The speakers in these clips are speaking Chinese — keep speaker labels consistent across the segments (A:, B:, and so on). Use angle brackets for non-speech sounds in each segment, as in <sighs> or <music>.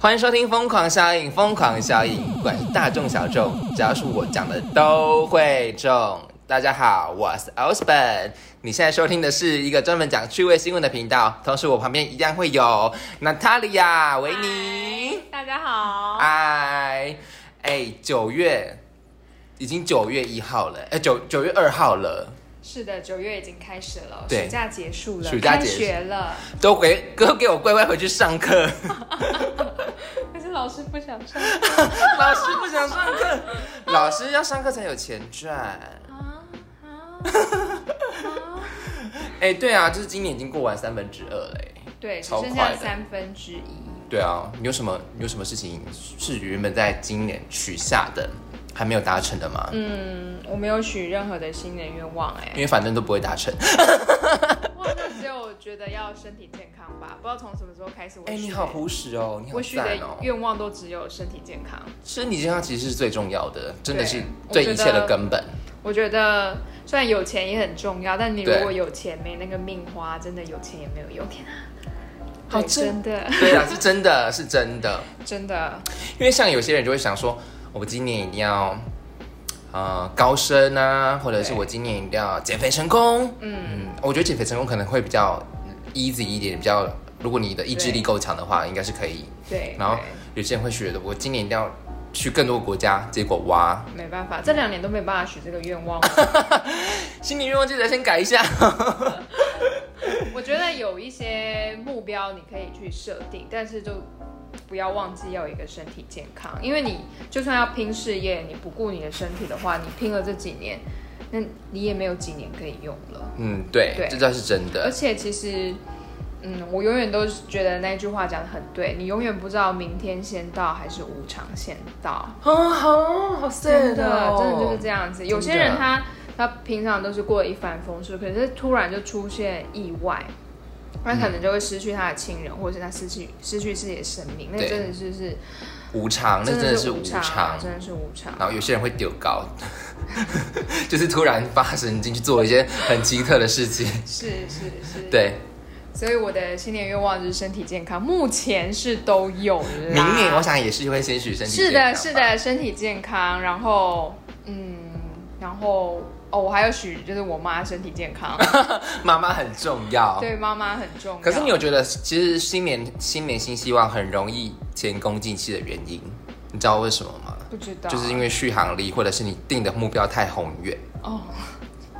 A: 欢迎收听《疯狂效应》，疯狂效应，不管是大众小众，只要是我讲的都会中。大家好，我是 Osborn。你现在收听的是一个专门讲趣味新闻的频道，同时我旁边一样会有娜塔莉亚、维尼。
B: 嗨大家好，
A: 啊嗨，哎，九月已经九月一号了，哎，九九月二号了，
B: 是的，九月已经开始了，
A: 对
B: 暑假结束了，
A: 暑假结
B: 开
A: 束
B: 学
A: <laughs>
B: 了，
A: 都回都给我乖乖回去上课。 <laughs>
B: 可是老师不想上
A: 老师不想上课，老师要上课才有钱赚。
B: 啊啊啊！
A: 哎、对啊，就是今年已经过完三分之二了、哎
B: 对，只
A: 超
B: 剩
A: 快
B: 下
A: 的
B: 三分之一，
A: 对啊，你有什么你有什么事情是原本在今年许下的，还没有达成的吗？
B: 嗯，我没有许任何的新年愿望哎、
A: 因为反正都不会达成。嗯
B: 哇，那只有觉得要身体健康吧，不知道从什么时候开始我
A: 哎、
B: 许的
A: 你好朴实哦，你好
B: 我许的
A: 赞哦。
B: 愿望都只有身体健康，
A: 身体健康其实是最重要的，真的是对
B: 对
A: 一
B: 我觉
A: 切
B: 得
A: 的根本。
B: 我觉得。虽然有钱也很重要，但你如
A: 对
B: 果有钱没那个命花，真的有钱也没有用。天啊，
A: 好
B: 对
A: 真
B: 真的
A: 对啊，是真的是真的，
B: 真的，
A: 因为像有些人就会想说，我今年一定要。呃，高升啊，或者是
B: 对
A: 我今年一定要减肥成功，
B: 嗯，
A: 嗯，我觉得减肥成功可能会比较 easy 一点，比较如果你的意志力
B: 对
A: 够强的话，应该是可以。
B: 对。
A: 然后
B: 对
A: 有些人会觉得我今年一定要去更多国家，结果哇，
B: 没办法，这两年都没办法许这个愿望。 <laughs>
A: 心里愿望记得先改一下。
B: 我觉得有一些目标你可以去设定，但是就不要忘记要有一个身体健康，因为你就算要拼事业，你不顾你的身体的话，你拼了这几年，那你也没有几年可以用了。
A: 嗯，对，
B: 对
A: 这倒是真
B: 而
A: 的。
B: 且其实，嗯，我永远都是觉得那句话讲的很对，你永远不知道明天先到还是无常先到。
A: 啊，好好
B: 真的，真的就是这样子。
A: 哦真的
B: 有些人他他平常都是过得一帆风顺，可是突然就出现意外，他
A: 嗯
B: 可能就会失去他的亲人，或者是他失去失去自己的生命。那
A: 对
B: 真的就是
A: 无常，那真的
B: 的
A: 是
B: 无
A: 无
B: 常啊，
A: 常。
B: 真的是无常。
A: 然后有些人会丢高， <laughs> 就是突然发神经去做一些很奇特的事情。
B: 是是是，。
A: 对，
B: 所以我的新年愿望就是身体健康，目前是都有啦。
A: 明年我想也是会先许身体
B: 啊是
A: 健康
B: 的，
A: 吧
B: 是，的，身体健康，然后嗯，然后哦，我还要许就是我妈身体健康，
A: 妈妈很重要。
B: 对妈妈很重要。
A: 哦可是你有觉得，其实新年新年新希望很容易前功尽弃的原因，你知道为什么吗？
B: 不知道，
A: 就是因为续航力，或者是你定的目标太宏远，
B: 哦，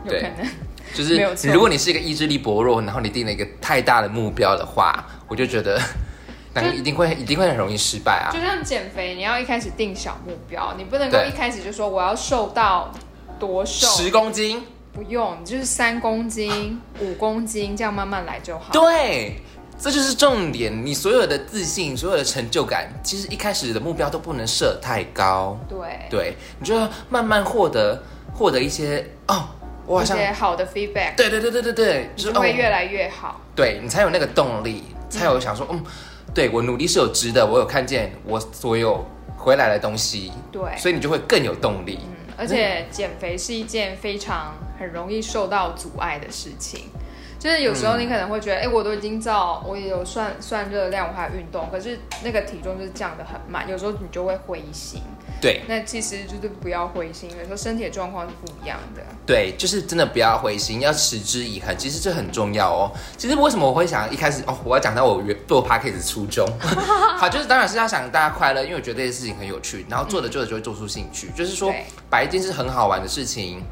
B: 有
A: 对
B: 可能。
A: 就是
B: 没有错
A: 如果你是一个意志力薄弱，然后你定了一个太大的目标的话，我就觉得 <laughs> 那个一定会一定会很容易失败啊
B: 就。像减肥，你要一开始定小目标，你不能够
A: 对
B: 一开始就说我要瘦到多瘦，
A: 十公斤，
B: 不用，你就是三公斤、五公斤，这样慢慢来就好。
A: 对，这就是重点。你所有的自信，所有的成就感，其实一开始的目标都不能设太高，
B: 对，
A: 对，你就要慢慢获得获得一些哦，我好
B: 一
A: 像
B: 些好的 feedback，
A: 对对对对对对，
B: 你
A: 就是
B: 就
A: 哦
B: 会，越来越好。
A: 对你才有那个动力，才有想说，嗯，对我努力是有值得，我有看见我所有回来的东西，
B: 对，
A: 所以你就会更有动力。
B: 嗯而且减肥是一件非常很容易受到阻碍的事情。就是有时候你可能会觉得，哎、我都已经照，我也有算算热量，我还有运动，可是那个体重就是降得很慢，有时候你就会灰心。
A: 对
B: 那其实就是不要灰心，有时候身体的状况是不一样的。
A: 对，就是真的不要灰心，要持之以恒，其实这很重要哦。其实为什么我会想一开始哦，我要讲到我原做 p a c k a g e 初衷， <laughs> 好，就是当然是要想大家快乐，因为我觉得这件事情很有趣，然后做着做着就会做出兴趣，就是说
B: 嗯对
A: 把一件事很好玩的事情。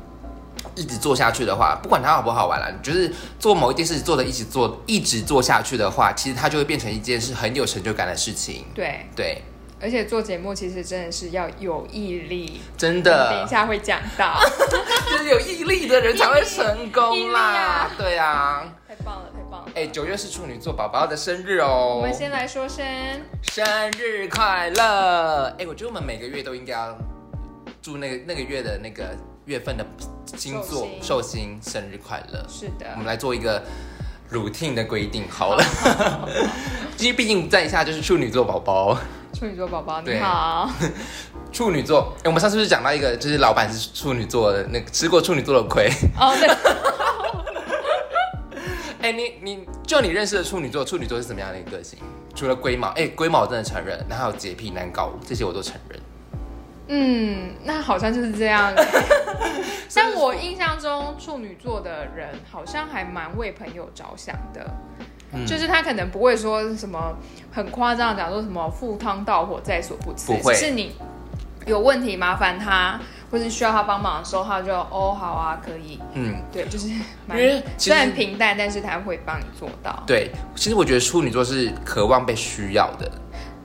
A: 一直做下去的话，不管它好不好玩啦，你就是做某一件事做的一直做，一直做下去的话，其实它就会变成一件是很有成就感的事情。
B: 对，
A: 对，
B: 而且做节目其实真的是要有毅力。
A: 真
B: 嗯等
A: 的
B: 一，下会讲
A: <laughs>
B: 到，
A: 就是有毅力的人才会成
B: <laughs> 毅
A: 功
B: 力
A: 啦
B: 啊。
A: 对啊。
B: 太棒了，太棒了！
A: 哎，九月是处女座宝宝的生日哦，
B: 我们先来说声
A: 生日快乐！哎，我觉得我们每个月都应该要祝那个那个月的那个月份的星座寿
B: 寿
A: 星生日快乐。
B: 是
A: 我
B: 的
A: 们，来做一个 routine 的规定好了， <laughs> 因为毕竟在下就是处女座宝宝，
B: 处女座宝宝你
A: 对 <laughs>
B: 好，
A: 处女座。哎，我们上次不是讲到一个，就是老板
B: 哦
A: 是处女座的，那个吃过处女座的亏。
B: 哦对，
A: 哎、你你就你认识的处女座，处女座是怎么样的一个个性？除了龟毛，哎、龟毛我真的承认，然后还有洁癖、难搞，这些我都承认。
B: 嗯，那好像就是这
A: <laughs>
B: 样。 <laughs> 但我印象中，处女座的人好像还蛮为朋友着想的，
A: 嗯
B: 就是他可能不会说什么很夸张的讲说什么“赴汤蹈火，在所不辞”，
A: 不会
B: 只是你有问题麻烦他，或是需要他帮忙的时候，他就哦好啊，可以。
A: 嗯，
B: 对，就是
A: 因
B: 蛮
A: 为其
B: 虽
A: 实
B: 然平淡，但是他会帮你做到。
A: 对，其实我觉得处女座是渴望被需要的，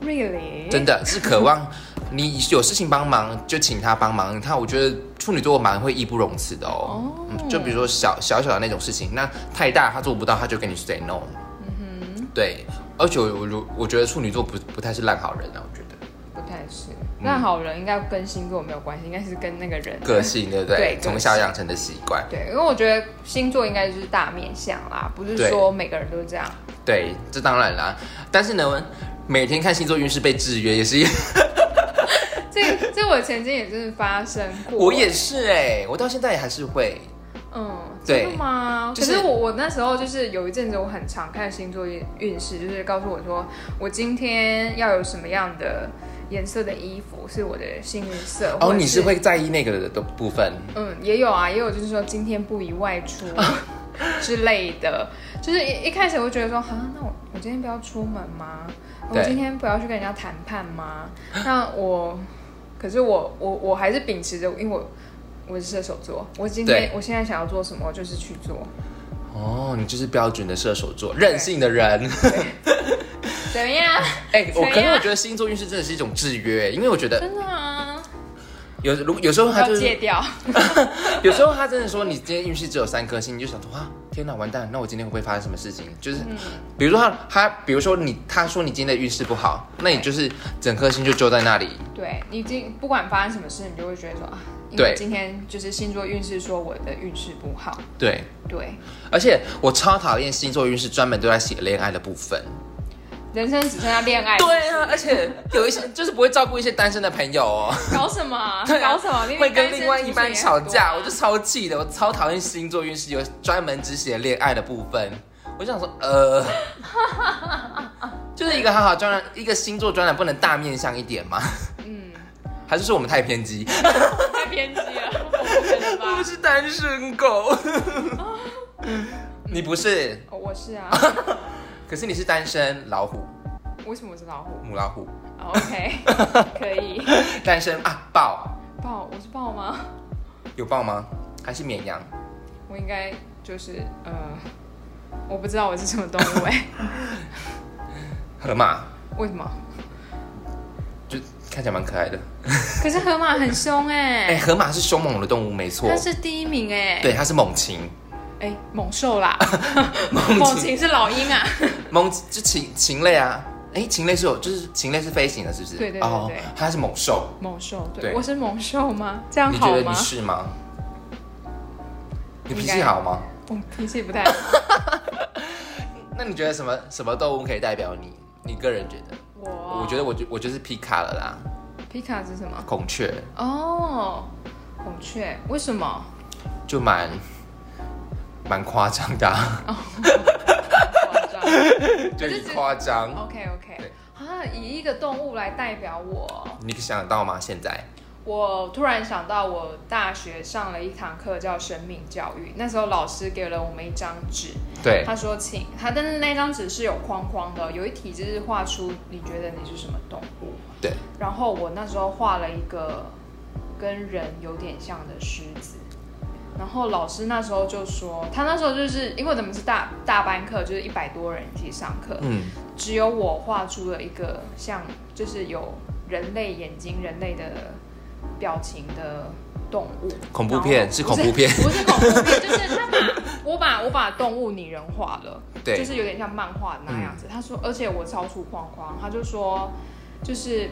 B: Really？
A: 真的是渴望 <laughs> 你有事情帮忙就请他帮忙。你看，我觉得处女座蛮会义不容辞的哦。
B: 哦
A: 嗯，就比如说小小小的那种事情，那太大他做不到，他就跟你 say no。嗯哼，对，而且我我我觉得处女座不不太是烂好人啊，我觉得
B: 不太是。那好人应该跟星座没有关系，应该是跟那个人
A: 个性对不对？
B: 对个性
A: 从小养成的习惯。
B: 对，因为我觉得星座应该就是大面相啦，不是
A: 对
B: 说每个人都这样。
A: 对，这当然啦。但是呢，每天看星座运势被制约也是一， <laughs>
B: 这这我曾经也真的发生过。
A: 我也是哎、我到现在也还是会。
B: 嗯，
A: 对
B: 真的吗？
A: 就是
B: 可是我我那时候就是有一阵子我很常看星座运运势，就是告诉我说我今天要有什么样的颜色的衣服是我的幸运色。或
A: 哦，
B: 者
A: 你是会在意那个的的部分，
B: 嗯，也有啊，也有就是说今天不宜外
A: <laughs>
B: 出之类的，就是一一开始我会觉得说，哈，那我我今天不要出门吗？我
A: 对
B: 今天不要去跟人家谈判吗？那我，可是我我我还是秉持着，因为我我是射手座，我今天
A: 对
B: 我现在想要做什么，我就是去做。
A: 哦，你就是标准的射手座，任性的人。
B: 怎么样？
A: 哎、我可
B: 谁
A: 是
B: 呀
A: 我觉得星座运势真的是一种制约，因为我觉得
B: 真的啊，
A: 有如有时候他
B: 要
A: 就
B: 戒
A: 是
B: 掉。
A: <laughs> 有时候他真的说你今天运势只有三颗星，你就想说哇天哪完蛋，那我今天会不会发生什么事情？就是、比如说他他比如说你他说你今天的运势不好，那你就是整颗星就揪在那里，
B: 对你今不管发生什么事，你就会觉得说啊，因为
A: 对
B: 今天就是星座运势说我的运势不好。
A: 对。
B: 对，
A: 而且我超讨厌星座运势专门都在写恋爱的部分。
B: 人生只剩下恋爱。
A: 对啊，而且有一些就是不会照顾一些单身的朋友哦，
B: 搞什
A: <laughs>
B: 么啊？
A: 对啊
B: 搞什么？你
A: 会
B: 单
A: 跟
B: 身
A: 另外一半
B: 族群也
A: 吵
B: 很多
A: 架，
B: 啊
A: 我就超气的。我超讨厌星座运势有专门只写恋爱的部分，我就想说，呃，就是一个好好专栏，一个星座专栏不能大面向一点吗？
B: 嗯，
A: 还是说我们太偏激？
B: 太偏激了，我不觉得
A: 我
B: 吧？
A: 是单身狗，你不是，
B: <laughs> 哦我是啊，
A: <laughs> 可是你是单身老虎，
B: 为什么我是老虎
A: 母老虎，
B: <laughs> 哦？OK，可以。
A: 单身啊豹。
B: 豹，我是豹吗？
A: 有豹吗？还是绵羊？
B: 我应该就是呃，我不知道我是什么动
A: <laughs>
B: 物哎、
A: 河马？
B: 为什么？
A: 就看起来蛮可爱的。
B: 可是河马很凶哎、
A: 哎、河马是凶猛的动物，没错
B: 它。是第一名哎、
A: 对，它是猛禽，
B: 哎、猛
A: <laughs>
B: 兽啦，
A: 猛
B: <laughs> 猛
A: 禽，
B: 禽是老鹰啊。
A: 猛就禽禽类啊。哎、禽类是有，就是禽类是飞行的，是不是？
B: 对对对
A: 哦
B: 对，
A: 它是猛兽。
B: 猛兽，对，
A: 对
B: 我是猛兽吗？这样
A: 你
B: 好
A: 觉得
B: 吗
A: 你？是吗？你
B: 应该
A: 脾气好吗？
B: 我哦脾气不太好，
A: 那你觉得什么什么动物可以代表你？你个人觉得？
B: 我
A: <laughs> 我觉得我就我就是皮卡了啦，
B: 皮卡是什么？
A: 孔雀
B: 哦，孔雀为什么？
A: 就蛮蛮夸张的、啊， <laughs> 就
B: 就是
A: 一夸张。
B: OK OK 啊，以一个动物来代表我，
A: 你想得到吗？现在？
B: 我突然想到，我大学上了一堂课叫生命教育，那时候老师给了我们一张纸，
A: 对，
B: 他说请他，但是那张纸是有框框的，有一题就是画出你觉得你是什么动物，
A: 对，
B: 然后我那时候画了一个跟人有点像的狮子，然后老师那时候就说，他那时候就是因为我们是大大班课，就是一百多人一起上课，
A: 嗯，
B: 只有我画出了一个像就是有人类眼睛、人类的表情的动物。
A: 恐怖片
B: 然后
A: 是恐怖片
B: 不是不是恐怖片，就是他
A: <laughs>
B: 把我把我把动物拟人化了，
A: 对嗯
B: 就是有点像漫画那样子。他说，而且我超出框框，他就说，就是。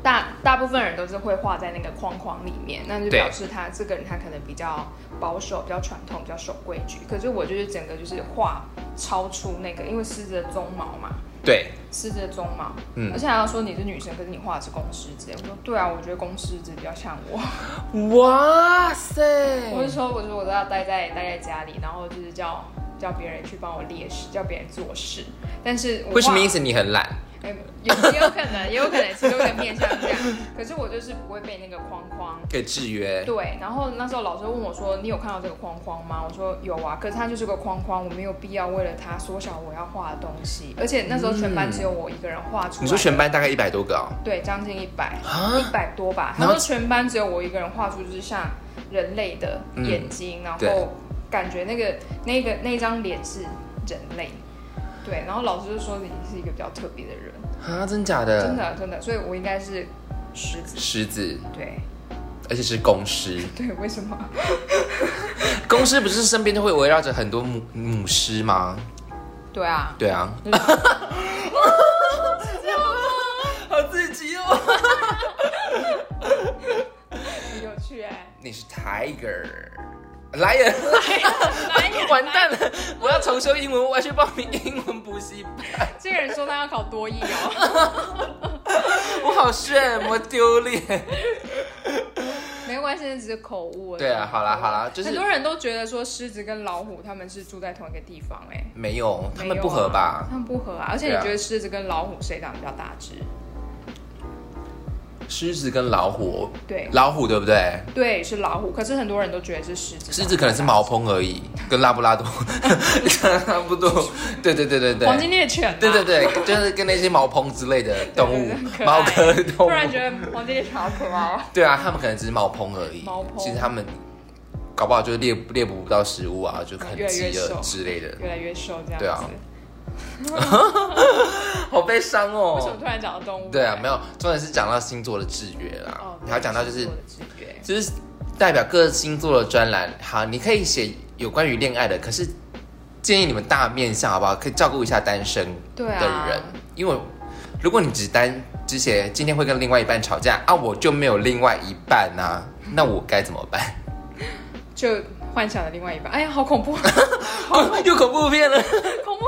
B: 大大部分人都是会画在那个框框里面，那就
A: 对
B: 表示他这个人他可能比较保守、比较传统、比较守规矩。可是我就是整个就是画超出那个，因为狮子的鬃毛嘛，
A: 对，
B: 狮子的鬃毛，
A: 嗯
B: 而且还要说你是女生，可是你画的是公狮子。我说对啊，我觉得公狮子比较像我。
A: 哇塞，
B: <laughs> 我是说，我说我都要待在待在家里，然后就是叫叫别人去帮我列事，叫别人做事。但是我
A: 会什么
B: 忘
A: 意思？你很懒，
B: 哎有也有可能，也有可能其实有点面向这样。可是我就是不会被那个框框。
A: 给制约。
B: 对，然后那时候老师问我说：“你有看到这个框框吗？”我说：“有啊。”可是它就是个框框，我没有必要为了它缩小我要画的东西。而且那时候全班只有我一个人画出来。
A: 嗯你说全班大概一百多个哦，
B: 对，将近一百，
A: 啊，
B: 一百多吧。他
A: 然后
B: 说全班只有我一个人画出，就是像人类的眼睛，然
A: 嗯对
B: 后感觉那个那个那张脸是人类。对，然后老师就说你是一个比较特别的人，
A: 啊，真假的？
B: 真的真的，所以我应该是狮子。
A: 狮子，
B: 对 <laughs>
A: 而且是公狮。
B: 对，为什么？
A: 公狮不是身边都会围绕着很多母母狮吗？
B: 对啊，
A: <laughs> 对啊。 <laughs> 好刺激哦！
B: 很有趣哎、
A: 你是 tiger lion，
B: 来，
A: <laughs> 完蛋了！我要重修英文，我要去报名英文补习班。
B: 这个人说他要考多
A: <laughs>
B: 艺哦，
A: 我好炫，我丢脸。
B: 没关系，那只是口误而已。
A: 对啊，好啦好啦，就是
B: 很多人都觉得说狮子跟老虎他们是住在同一个地方哎、
A: 没有，他
B: 没
A: 们
B: 有
A: 不合
B: 啊
A: 吧？
B: 他们不合啊！而且
A: 对
B: 你
A: 啊
B: 觉得狮子跟老虎谁长得比较大只？
A: 狮子跟老虎，
B: 对
A: 老虎对不对？
B: 对，是老虎。可是很多人都觉得是狮子。
A: 狮子可能是毛蓬而已，跟拉布拉
B: <laughs>
A: 多差不多。对对对对对，
B: 黄金猎犬、啊。
A: 对对对，就是跟那些毛蓬之类的动物
B: 对对对，很可爱
A: 猫科动
B: 突
A: 物。
B: 然觉得黄金猎犬好可爱哦。
A: 对啊，他们可能只是毛蓬而已。
B: 毛蓬
A: 其实他们搞不好就猎猎捕不到食物啊，就很
B: 越来
A: 饥
B: 越
A: 饿
B: 瘦
A: 之类的。
B: 越来越瘦这样子。
A: 对啊好悲伤
B: 为什么
A: 哦。
B: 突然讲到动物？
A: 对啊，没
B: 有。
A: 有，重点是讲到星座的制约啦
B: 哦。，
A: 还有讲到就是
B: 我的直觉
A: 就是代表各星座的专栏，好，你可以写有关于恋爱的，可是建议你们大面向好不好？可以照顾一下单身的
B: 对
A: 人，
B: 啊
A: 因为如果你只单只写今天会跟另外一半吵架啊，我就没有另外一半啊，那我该怎么办？
B: 就幻想的另外一半。哎呀，好恐
A: <laughs>
B: 怖，
A: 又恐怖片了。
B: 恐怖。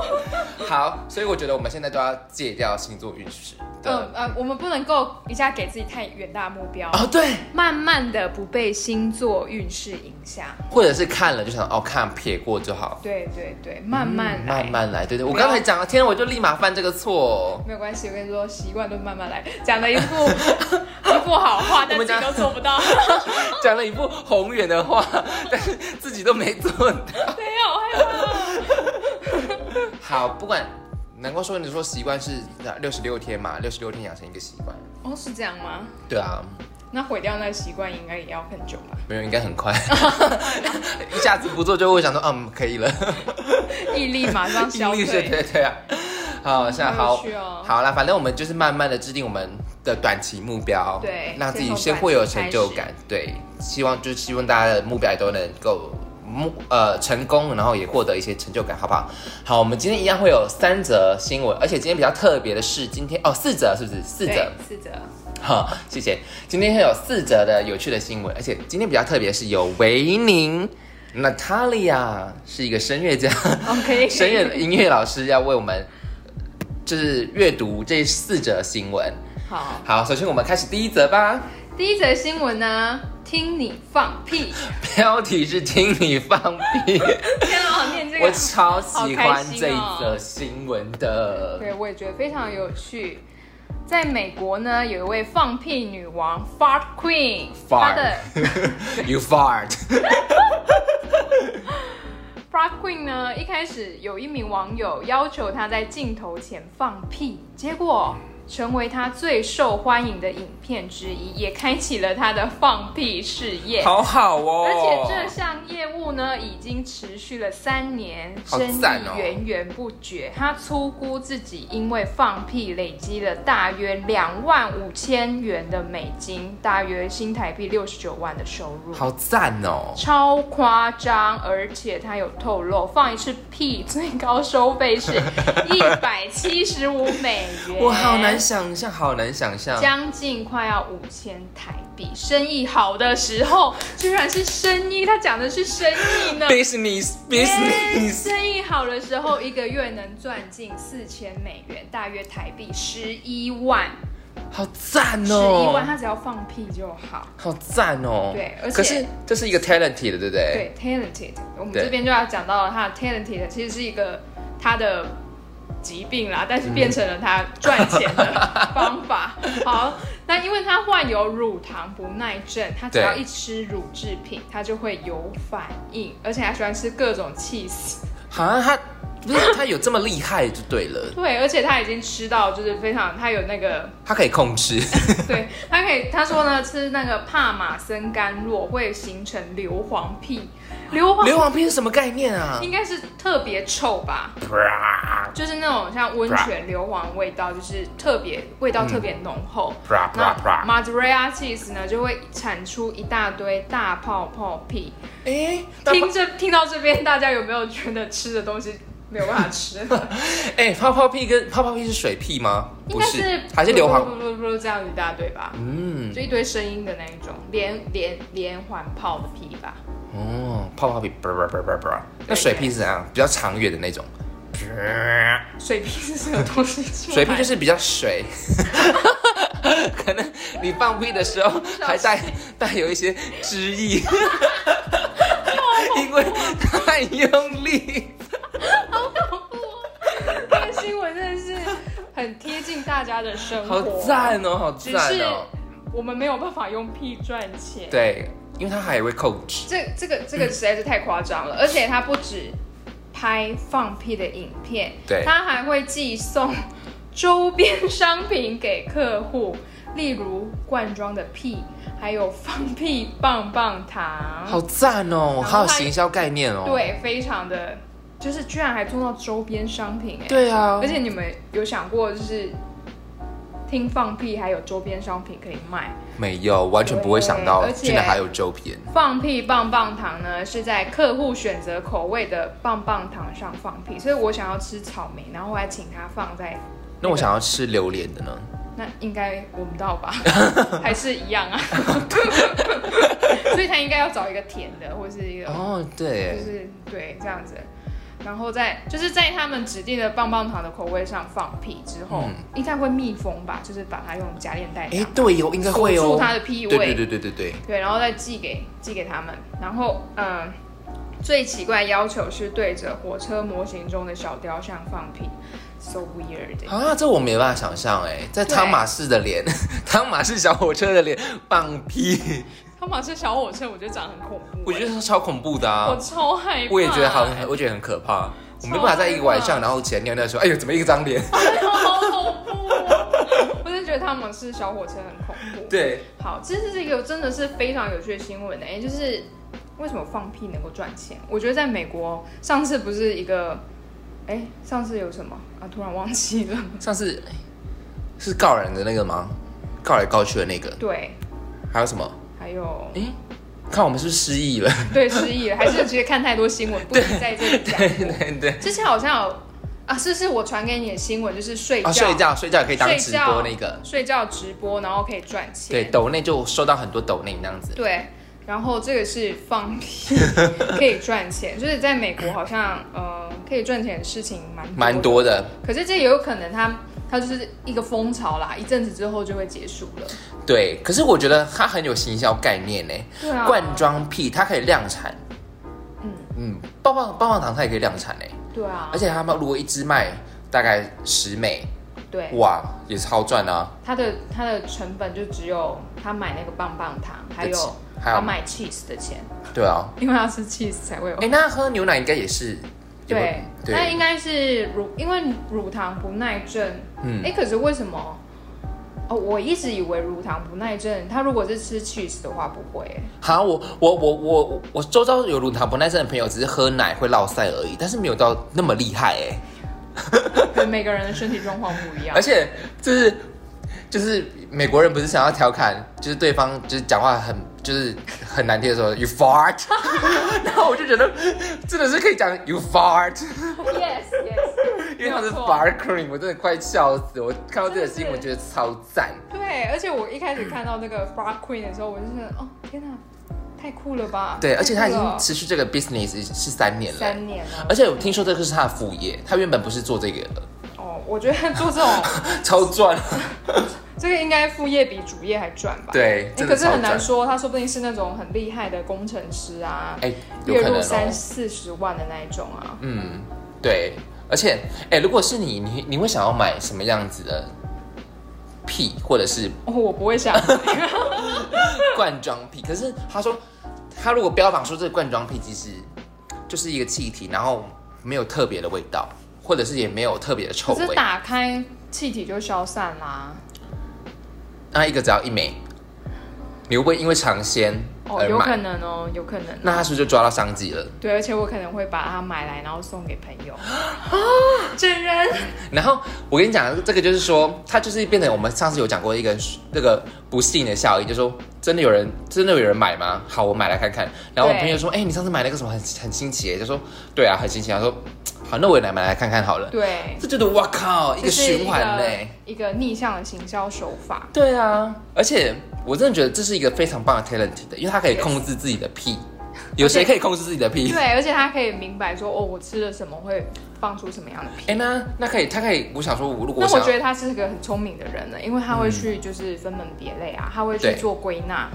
A: 好，所以我觉得我们现在都要戒掉星座运势的
B: 嗯。呃，我们不能够一下给自己太远大的目标，
A: 哦，对，
B: 慢慢的不被星座运势影响。
A: 或者是看了就想哦，看撇过就好，
B: 对对对，慢慢来。
A: 嗯慢慢来。对对，我
B: 不要
A: 刚才讲了，天啊，我就立马犯这个错。
B: 没有关系，我跟你说，习惯都慢慢来。讲的一
A: <laughs>
B: 副一副好话，但
A: 我们
B: 自
A: 家
B: 己都做不到。
A: <laughs> 讲了一副宏远的话， <laughs> 但是自己都没做到。
B: <laughs> 对呀，我害怕。
A: 好，不管，难怪说你说习惯是六十六天嘛，六十六天养成一个习惯。
B: 哦，是这样吗？
A: 对啊，
B: 那毁掉那个习惯应该也要很久吧？
A: 没有应该很快， <laughs> 一下子不做就会想说，嗯，可以了，
B: 毅力马上消
A: 应力是
B: 退。
A: <laughs> 对对啊。好，现在好
B: 好有趣哦
A: 好啦，反正我们就是慢慢的制定我们的短期目标，
B: 对
A: 让自己
B: 先从
A: 先
B: 短
A: 会有
B: 期
A: 成
B: 开
A: 就
B: 始
A: 感，对，希望就是希望大家的目标也都能够目呃成功，然后也获得一些成就感，好不好？好，我们今天一样会有三则新闻，而且今天比较特别的是，今天哦四则是不是四则
B: 对？，四折。
A: 好，谢谢。今天会有四则的有趣的新闻，而且今天比较特别是有维宁。Natalia 是一个声乐家，
B: OK。
A: 声乐音乐老师要为我们就是阅读这四则新闻。
B: 好，
A: 好，首先我们开始第一则吧。 <laughs>
B: 第一则新闻呢，听你放
A: <laughs>
B: 屁。
A: 标题是“听你放
B: <laughs>
A: 屁
B: 天啊，好念这”，
A: 我
B: 个。
A: 超喜
B: 好开
A: 欢
B: 心哦
A: 这一则新闻的。
B: 对，我也觉得非常有趣。在美国呢，有一位放屁女王 Fart Queen，她
A: Fart
B: 的哦
A: You
B: <laughs>
A: fart，
B: Frog Queen 呢，一开始有一名网友要求她在镜头前放屁，结果成为她最受欢迎的影片之一，也开启了她的放屁事业。
A: 好好哦。
B: 而且这项业务呢，已经持续了三年，
A: 好
B: 生意
A: 赞哦
B: 源源不绝。她粗估自己因为放屁累积了大约两万五千元的美金，大约新台币六十九万的收入。
A: 好赞哦。
B: 超夸张，而且他有透露，放一次屁最高收
A: <laughs>
B: 费是一百七十五美元，
A: 我好难，想象，好难想象。 <laughs>
B: 将近快要五千台币。生意好的时候，居然是生意，他讲的是生
A: <laughs>
B: 意呢。哎
A: business business，
B: 生意好的时候，一个月能赚进四千美元，大约台币十一万。
A: 好赞
B: 十一
A: 哦，
B: 万，他只要放屁就好。
A: 好赞哦。
B: 对而且
A: 可是这是一个 talented，对不对？
B: 对，talented，我们
A: 对
B: 这边就要讲到了他的 talented 其实是一个他的疾病啦，但是
A: 嗯
B: 变成了他赚钱的方
A: <laughs>
B: 法。好，那因为他患有乳糖不耐症，他只
A: 对
B: 要一吃乳制品，他就会有反应，而且还喜欢吃各种 cheese。
A: 好像他不是他有这么厉害就对了，
B: 对，而且他已经吃到就是非常，他有
A: <laughs>
B: 那个
A: 他可以控
B: <laughs>
A: 制。
B: 对，他可以，他说呢，吃那个帕马森甘酪会形成硫磺屁，硫磺
A: 硫磺片是什么概念啊？
B: 应该是特别臭吧，
A: 啪
B: 就是那种像温泉硫磺味道，就是特别味道特别浓厚。
A: 啪
B: 那
A: 啪啪！
B: m a d r e a cheese 呢，就会产出一大堆大泡泡屁。
A: 哎，那
B: 听这听到这边，大家有没有觉得吃的东西没有办法吃？
A: <laughs> 哎，泡泡屁跟泡泡屁是水屁吗？
B: 应
A: 不
B: 该
A: 还是硫磺？
B: 不不不不，这样一大堆吧。
A: 嗯，
B: 就一堆声音的那一种，连连连环炮的屁吧。
A: 哦，泡泡屁，啪啪啪啪啪。那
B: 对
A: 水屁是怎样？比较长远的那种。
B: 水屁是什么东西出来？
A: 水屁
B: <laughs>
A: 就是比较水，可能你放屁的时候还带带有一些汁
B: <laughs>
A: 液，因为太用力。
B: 好恐怖哦！这个新闻真的是很贴近大家的生
A: 好
B: 活，
A: 赞哦，好
B: 只
A: 赞
B: 是
A: 哦！
B: 我们没有办法用屁赚钱。
A: 对，因为它还会控制。
B: 这这个这个实在是太夸张
A: 嗯
B: 了，而且他不止拍放屁的影片，
A: 对
B: 他还会寄送周边商品给客户， <laughs> 例如罐装的屁，还有放屁棒棒糖，
A: 好赞哦，
B: 然后
A: 还有
B: 它
A: 行销概念哦。
B: 对，非常的，就是居然还做到周边商品哎、
A: 对啊
B: 而，且你们有想过，就是听放屁还有周边商品可以卖？
A: 没有，完全不会想到，
B: 对而且
A: 真的还有周边。
B: 放屁棒棒糖呢是在客户选择口味的棒棒糖上放屁，所以我想要吃草莓，然后我还请他放在
A: 那我想要吃榴莲的呢？
B: 那应该闻
A: <laughs>
B: 不到吧？还是一样啊？所以他应该要找一个甜的，或是一个
A: 哦，
B: 就
A: 对，
B: 是对这样子，然后在就是在他们指定的棒棒糖的口味上放屁之后，
A: 嗯
B: 应该会密封吧，就是把它用夹链袋
A: 哎
B: 上，
A: 对哦，应该会
B: 锁
A: 哦
B: 住。它的屁味，
A: 对对对对对对，
B: 对然后再寄给寄给他们，然后嗯。最奇怪的要求是对着火车模型中的小雕像放屁，so weird。
A: 啊，这我没办法想象哎，在
B: 对
A: 汤马士的脸， <laughs> 汤马士小火车的脸放屁，
B: 他马是小火车，我觉得长得很恐怖欸、
A: <laughs> 我觉得超恐怖的啊
B: 我！超害怕，欸
A: 我也觉得好，我觉得很可怕。我没办法在一个晚上，然后起来尿尿的时候，哎呦，怎么一张脸？
B: <laughs>
A: <laughs>
B: 好恐怖哦！我真的觉得他们是小火车很恐怖。
A: 对，
B: 好，这是一个真的是非常有趣的新闻呢、欸也就是为什么放屁能够赚钱？我觉得在美国，上次不是一个，哎、上次有什么啊？突然忘记了。
A: 上次哎是告人的那个吗？告来告去的那个，
B: 对，
A: 还有什么？
B: 还有
A: 哎，看我们是不是失忆了？
B: 对失忆了，还是觉得看太多新闻，不能在这里讲。
A: 对对对。
B: 之前好像有啊，是不是我传给你的新闻，就是睡觉、
A: 啊，睡觉睡觉也可以当直
B: 睡觉
A: 播那个，
B: 睡觉直播，然后可以赚钱。
A: 对，抖内就收到很多抖内那样子。
B: 对，然后这个是放
A: <laughs>
B: 屁可以赚钱，就是在美国好像呃可以赚钱的事情蛮的
A: 蛮，多的，
B: 可是这也有可能它它就是一个风潮啦，一阵子之后就会结束了。
A: 对。可是我觉得它很有行销概念呢、
B: 对啊，
A: 罐装屁它可以量产，
B: 嗯
A: 嗯，棒棒棒棒糖它也可以量产呢、
B: 对啊
A: 而，且他们如果一支卖大概十美，
B: 对，
A: 哇，也超赚啊！
B: 它的它的成本就只有他买那个棒棒糖，还
A: 对
B: 有
A: 还有
B: 他买 cheese 的钱，
A: 对啊，
B: 因为他吃 cheese 才会有
A: 哎、。那喝牛奶应该也是，有没有
B: 对，那
A: 对，
B: 应该是乳，因为乳糖不耐症
A: 嗯
B: 哎、，可是为什么？哦，我一直以为乳糖不耐症，他如果是吃 cheese 的话不会、
A: <laughs>
B: 欸。
A: 好，我我我我我周遭有乳糖不耐症的朋友，只是喝奶会落腮而已，但是没有到那么厉害哎、
B: 可能每个人的身体状况不一
A: <laughs>
B: 样
A: 而。且就是就是美国人不是想要调侃，就是对方就是讲话很就是很难听的时候 you fart，然 <laughs> 后我就觉得真的是可以讲 you fart， <laughs>
B: yes yes，
A: 因为他是
B: 没有错
A: fart cream，我真的快笑死，我看到这个新闻觉
B: 真
A: 得超赞。
B: 对，而且我一开始看到那个 frog queen 的时候，我就觉得哦天哪、太酷了吧！
A: 对，而且他已
B: 太酷了
A: 经持续这个 business 是三年了，欸
B: 三年了。
A: 而且我听说这个是他的
B: <laughs>
A: 副业，他原本不是做这个的， <laughs>
B: 哦，我觉得做这种
A: 超赚。
B: 这个应该副业比主业还赚吧？
A: 对，
B: 诶
A: 真
B: 可
A: 的
B: 是
A: 超
B: 很难
A: 赚。
B: 说，他说不定是那种很厉害的工程师啊，
A: 哎，有
B: 月
A: 可能
B: 入
A: 哦
B: 三。四十万的那一种啊。
A: 嗯，对，而且，哎，如果是你，你你会想要买什么样子的屁，或者是
B: 哦，我不
A: <laughs>
B: 会想，
A: 罐装屁？可是他说，他如果标榜说这个罐装屁其实就是一个气体，然后没有特别的味道，或者是也没有特别的臭
B: 可是
A: 味，
B: 打开气体就消散啦。
A: 那一个只要一枚，你会不会因为尝鲜
B: 哦，
A: 而
B: 有可
A: 买？
B: 能哦，有可能。
A: 那他是不是就抓到商机了？
B: 对，而且我可能会把它买来，然后送给朋友。啊，真人
A: 然后我跟你讲，这个就是说，它就是变成我们上次有讲过一个那个不幸的效应，就是说真的有人真的有人买吗？好，我买来看看。然后我
B: 对
A: 朋友说，哎、你上次买了个什么很很新奇耶，就说对啊，很新奇。他说好，那我也来买来看看好了。
B: 对，
A: 这就是哇靠，一
B: 这
A: 个
B: 是
A: 循环呢。
B: 一个逆向的行销手法。
A: 对啊，而且我真的觉得这是一个非常棒的 talent 的，因为他可以
B: Yes
A: 控制自己的屁。有谁可以控制自己的屁？
B: 对，而且他可以明白说，哦，我吃了什么会放出什么样的屁。
A: 哎、那那可以，他可以，我想说，我如果
B: 那我
A: 想要
B: 觉得他是个很聪明的人呢，因为他会去就是分门别类啊，他会去
A: 嗯对
B: 做归纳。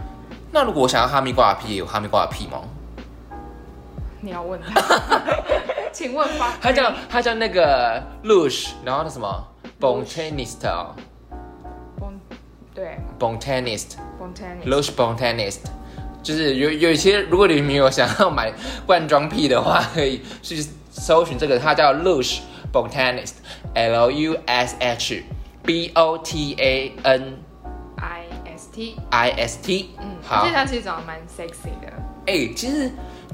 A: 那如果我想要哈密瓜的屁，也有哈密瓜的屁吗？
B: 你要问他， <laughs> 请问吧。
A: 他叫他叫那个 Lush，然后那什么
B: Lush
A: Botanist 哦
B: 崩对
A: ，Botanist，Lush
B: ，Bontani，
A: Botanist，就是有有一些，如果你们有想要买罐装屁的话，可以去搜寻这个，它叫 Lush Botanist，L U S H B O T A N
B: I S T，
A: I S T，
B: 嗯，而
A: 好
B: 且，他其实长得蛮 sexy 的，
A: 哎、其实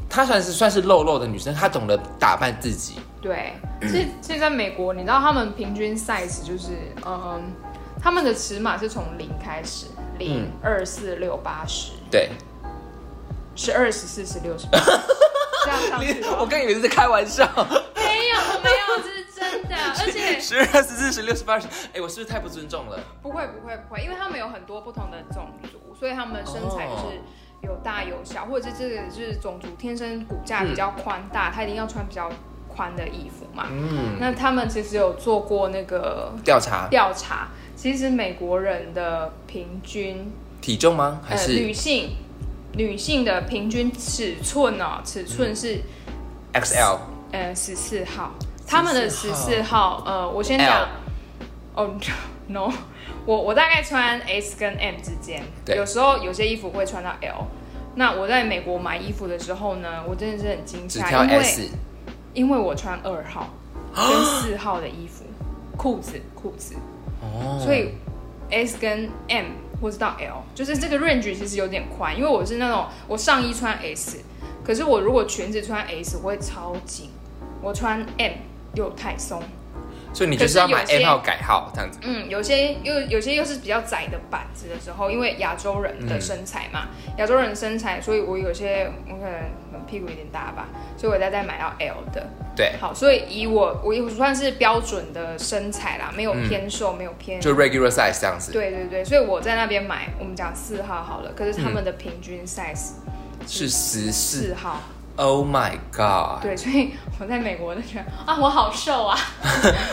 A: 她算是算是肉肉的女生，她懂得打扮自己，
B: 对。其实其实在美国，你知道他们平均 size 就是，嗯，他们的尺码是从零开始，零
A: 嗯
B: 二四六八十，
A: 对，
B: 十二十四十六十
A: <laughs>
B: 八，这样上去
A: 我
B: 吗？
A: 刚以为是在开玩笑。
B: 没有没有，这是真
A: <laughs>
B: 的，而且
A: 十二、十四、十六、十八、十，哎，我是不是太不尊重了？
B: 不会不会不会，因为他们有很多不同的种族，所以他们身材就是有大有
A: 哦
B: 小，或者是这个就是种族天生骨架比较宽大，他一定要穿比较宽的衣服嘛。
A: 嗯，
B: 那他们其实有做过那个
A: 调查
B: 调查，其实美国人的平均
A: 体重吗？还
B: 呃
A: 是
B: 女性女性的平均尺寸哦，尺寸是、
A: XL？
B: 呃十四号，他们的十四号呃，我先
A: L
B: 讲哦、no，我我大概穿 S 跟 M 之间，
A: 对
B: 有时候有些衣服会穿到 L。那我在美国买衣服的时候呢，我真的是很惊
A: 只
B: 吓，
A: 挑
B: 因为
A: S？
B: 因为我穿二号跟四号
A: <gasps>
B: 的衣服、裤子、裤子，
A: 哦，
B: 所以 S 跟 M 或是到 L，就是这个 range 其实有点宽，因为我是那种我上衣穿 S，可是我如果裙子穿 S 我会超紧，我穿 M 又太松。
A: 所以你就是要买
B: 可是有
A: M
B: 些
A: 号改号这样子。
B: 嗯，有些又有些又是比较窄的板子的时候，因为亚洲人的身材嘛，
A: 嗯
B: 亚、洲人身材，所以我有些我可能屁股有点大吧，所以我大概买到 L 的。
A: 对，
B: 好，所以以我我也算是标准的身材啦，没有偏瘦，没有偏
A: 嗯就 regular size 这样子。
B: 对对对，所以我在那边买，我们讲四号好了，可是他们的平均 size
A: 是十嗯四
B: 四号，
A: ，Oh my god！
B: 对，所以我在美国就觉得啊，我好
A: <laughs>
B: 瘦啊，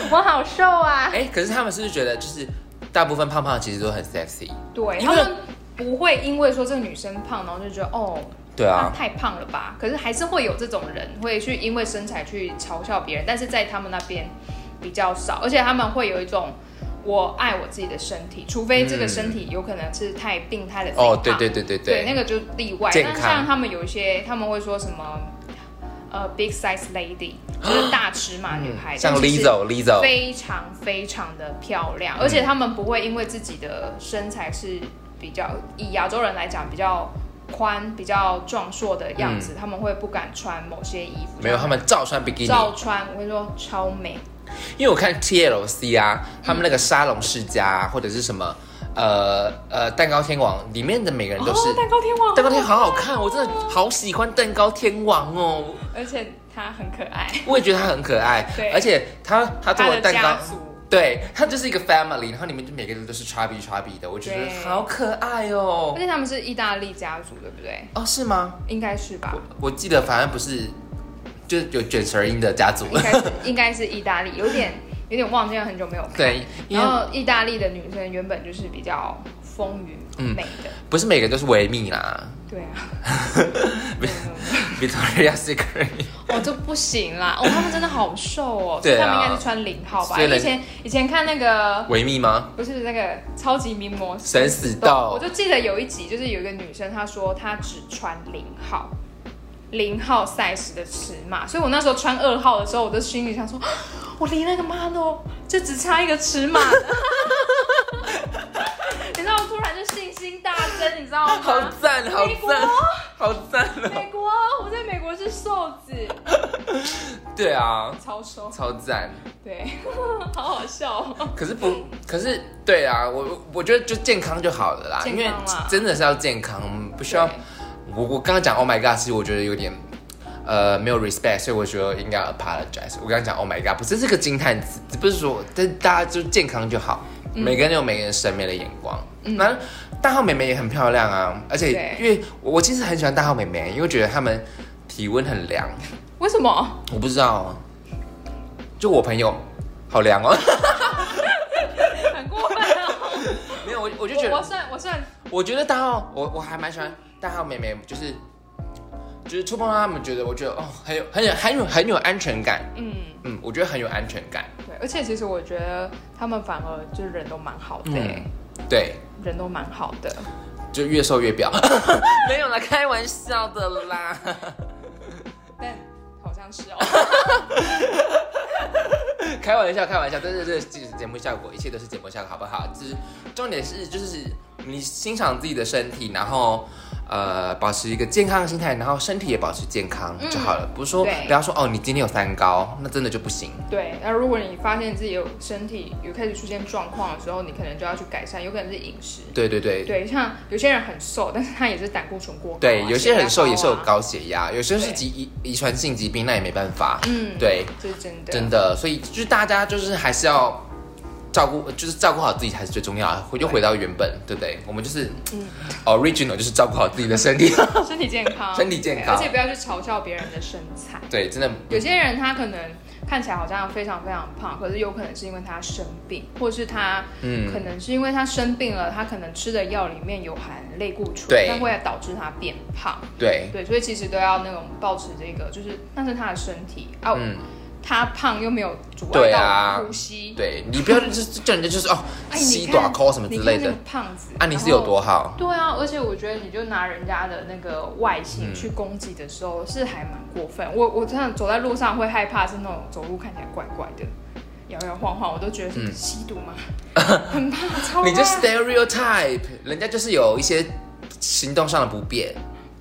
B: 我好瘦啊，
A: 哎，可是他们是不是觉得就是大部分胖胖的其实都很 sexy？
B: 对
A: 因
B: 他
A: 为
B: 们不会因为说这个女生胖，然后就觉得哦，
A: 对
B: 她
A: 啊，
B: 太胖了吧，可是还是会有这种人会去因为身材去嘲笑别人，但是在他们那边比较少，而且他们会有一种。我爱我自己的身体，除非这个
A: 嗯
B: 身体有可能是太病态的肥
A: 哦，对
B: 胖
A: 对对对
B: 对，那
A: 对，
B: 个就例外。
A: 健
B: 但
A: 康
B: 是像他们有一些，他们会说什么，呃，big
A: <gasps>
B: size lady，就是大尺码女孩，
A: 嗯像
B: 但是是
A: Lizzo，Lizzo，
B: 非常非常的漂亮，而且
A: 嗯
B: 他们不会因为自己的身材是比较以亚洲人来讲比较宽、比较壮硕的样子，他们会不敢穿某些衣服。
A: 嗯没有，他们照穿比基尼。
B: 照穿，我跟你说超美。
A: 因为我看 TLC 啊，他们那个沙龙世家、啊、或者是什么，呃呃，蛋糕天王里面的每个人都是、
B: 哦，蛋糕天王，
A: 蛋糕天，好好看，我真的好喜欢蛋糕天王哦，
B: <laughs> 而且她很可爱，
A: 我也觉得他很可爱
B: 对，
A: 而且他他做
B: 她
A: 的
B: 的
A: 蛋
B: 家
A: 糕，
B: 族。
A: 对他就是一个 family，然后里面就每个人都是 chubby chubby 的，我觉得
B: 对
A: 好可爱
B: 而
A: 哦。
B: 且他们是意大利家族，对不对？
A: 哦，是吗？
B: 应该是吧。
A: 我记得反正不是，就是有卷舌音的家族
B: 应该是应该是意大利，有点有点忘记了很久没有看。
A: <laughs> 对，因
B: 然
A: 为
B: 后意大利的女生原本就是比较丰腴
A: 嗯
B: 美的，
A: 不是每个人都是维密啦
B: 对
A: <laughs>
B: 啊，
A: ，Victoria Secret。
B: 哦，这不行啦！哦，他们真的好瘦哦，所
A: 对啊
B: 以他们应该是穿零号吧？
A: 所以人
B: 以前以前看那个
A: 维密吗？
B: 不是那个超级名模
A: 神死斗
B: 我就记得有一集就是有一个女生她说她只穿零号。零号 size 的尺码，所以我那时候穿二号的时候，我的心里想说，啊我离那个 model 就只差一个尺码 <laughs> 了，你知道我突然就信心大增，你知道吗？
A: 好赞，好
B: 美国
A: 赞，好赞哦！
B: 美国，我在美国是瘦子，
A: 对啊，
B: 超瘦，
A: 超赞。
B: 对， <laughs> 好好笑、哦。
A: 可是不，可是对啊，我我觉得就健康就好了啦，
B: 健
A: 因
B: 康
A: 为
B: 啦
A: 真的是要健康，不需要。我我刚刚讲 Oh my God，其实我觉得有点呃没有 respect，所以我觉得应该 apologize。我刚刚讲 Oh my God，不是这个惊叹词，只不是说，但大家就健康就好。
B: 嗯
A: 每个人有每个人审美的眼光，那、大号妹妹也很漂亮啊，而且
B: 对
A: 因为我我其实很喜欢大号妹妹，因为觉得她们体温很凉，
B: 为什么？
A: 我不知道啊，就我朋友好凉哦， <laughs>
B: 很过分啊！
A: 没有我 <laughs> 我
B: 我
A: 就觉
B: 我
A: 得，
B: 算我算
A: 我觉得大号我我还蛮喜欢大号妹妹，就是就是触碰到她们，觉得我觉得哦很有很有很有很有安全感，
B: 嗯
A: 嗯，我觉得很有安全感，
B: 对，而且其实我觉得他们反而就是人都蛮好的、欸
A: 嗯，对，
B: 人都蛮好的。
A: 就越瘦越表， <laughs> 没有啦，开玩笑的啦，
B: 但好像是哦，
A: <laughs> 开玩笑开玩笑，但是这是节目效果，一切都是节目效果，好不好？就是重点是就是你欣赏自己的身体，然后。呃，保持一个健康的心态，然后身体也保持健康就好了。不是说
B: 对
A: 不要说哦，你今天有三高，那真的就不行。
B: <laughs> 对。那如果你发现自己有身体有开始出现状况的时候，你可能就要去改善，有可能是饮食。
A: 对对对
B: 对，像有些人很瘦，但是他也是胆固醇过高啊、
A: 对，有些人很瘦也是有
B: 血压啊，
A: 高血压，有些人是
B: 对
A: 疾遗遗传性疾病，那也没办法。
B: 嗯，
A: 对，
B: 这是真的，
A: 真的，所以就是大家就是还是要照顾，就是照顾好自己才是最重要的。回就回到原本，对不对？我们就是、
B: 嗯
A: original，就是照顾好自己的身
B: <laughs>
A: 体。
B: 身体健
A: <laughs>
B: 康，
A: 身体健
B: 对
A: 康
B: 而且不要去嘲笑别人的身材。
A: 对，真的，
B: 有些人他可能看起来好像非常非常胖，可是有可能是因为他生病，或是他可
A: 嗯，
B: 能是因为他生病了，他可能吃的药里面有含类固醇，
A: 对
B: 但会导致他变胖。
A: 对，
B: 对，所以其实都要那种保持这个，就是那是他的身体啊，
A: 嗯，
B: 他胖又没有阻碍
A: 对
B: 到
A: 啊
B: 我们呼吸。
A: 对，你不要就是叫人家就是哦，
B: 哎，
A: 吸
B: 你
A: 短
B: 看，
A: 抠什么之类
B: 你看那
A: 的
B: 个，胖子
A: 啊，你是有？多好？
B: 然后对啊，而且我觉得你就拿人家的那个外
A: 嗯
B: 形去攻击的时候，是还蛮过分。我我真的走在路上会害怕，是那种走路看起来怪怪的，摇摇晃晃，我都觉得是
A: 嗯
B: 吸毒
A: <laughs>
B: 吗？很怕，超怕。
A: 你就 stereotype，人家就是有一些行动上的不便，。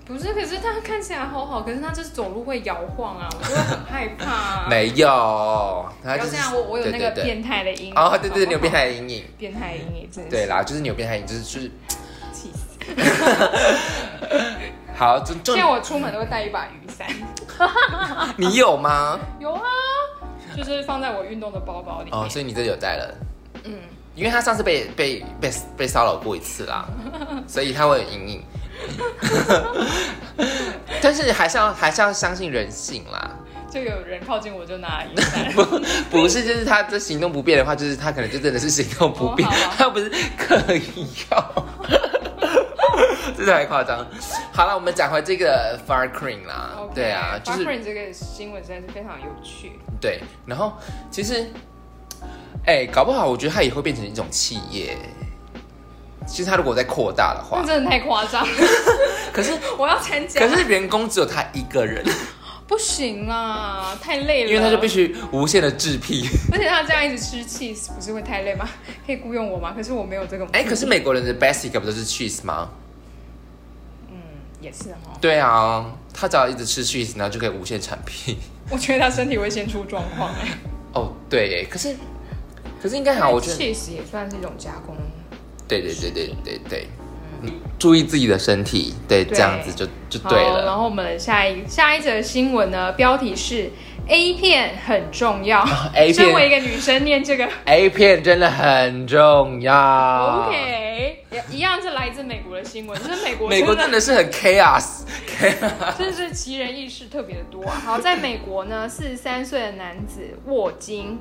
B: 不是，可是他看起来好好，可是他就是走路会摇晃啊，我就会很害怕、啊
A: <laughs> 没有，他
B: 不要
A: 就是
B: 这样，我我有那个
A: 对对对
B: 变态的阴影。
A: 哦，对对对，
B: 好不好
A: 你有变，态的阴影，
B: 变态阴影真的是
A: 对，啦，就是你有变态的阴影，就是就是
B: 气死！
A: 好，重重
B: 现在我出门都会带一把雨伞， <laughs>
A: 你有吗？
B: 有啊，就是放在我运动的包包里面。
A: 哦，所以你这有带了，
B: 嗯，
A: 因为他上次被被被被骚扰过一次
B: <laughs>
A: 啦，所以他会有阴影。 <laughs> 但是还是要还是要相信人性啦，
B: 就有人靠近我就拿雨伞。
A: <laughs> 不是就是他这行动不便的话，就是他可能就真的是行动不便，
B: 哦好啊
A: 他不是刻意要， <laughs> 这太夸张。好了，我们讲回这个 Far Cream 啦
B: OK，
A: 对啊，就
B: Far
A: 是
B: Cry 这个新闻真的是非常有趣。
A: 对，然后其实，哎、搞不好我觉得它也会变成一种企业。其实它如果再扩大的话
B: 那，真的太夸张，
A: 可是
B: <laughs> 我要参加。
A: 可是员工只有他一个人，
B: 不行啦，太累了。
A: 因为他就必须无限的制辟。
B: 而且他这样一直吃 cheese，不是会太累吗？可以雇佣我吗？可是我没有这个。
A: 哎、可是美国人的 basic 不都是 cheese 吗？
B: 嗯，也是哦。
A: 对啊，他只要一直吃 cheese，然后就可以无限产品。
B: 我觉得他身体会先出状况、哎
A: 哦，对，可是可是应该好，我觉得
B: cheese 哎也算是一种加工。
A: 对对对对对对，嗯注意自己的身体，对，
B: 对
A: 这样子就就对
B: 好然
A: 了。
B: 后我们下一下一则新闻呢，标题是 A 片很重要。
A: 啊 A
B: 身为一
A: 片
B: 个女生念这个、
A: A 片真的很重要。啊
B: OK，一样是来自美国的新闻，就是美国
A: 美国真的是很 chaos，
B: 真是奇人异事特别的多啊！好，在美国呢，四十三岁的男子沃金，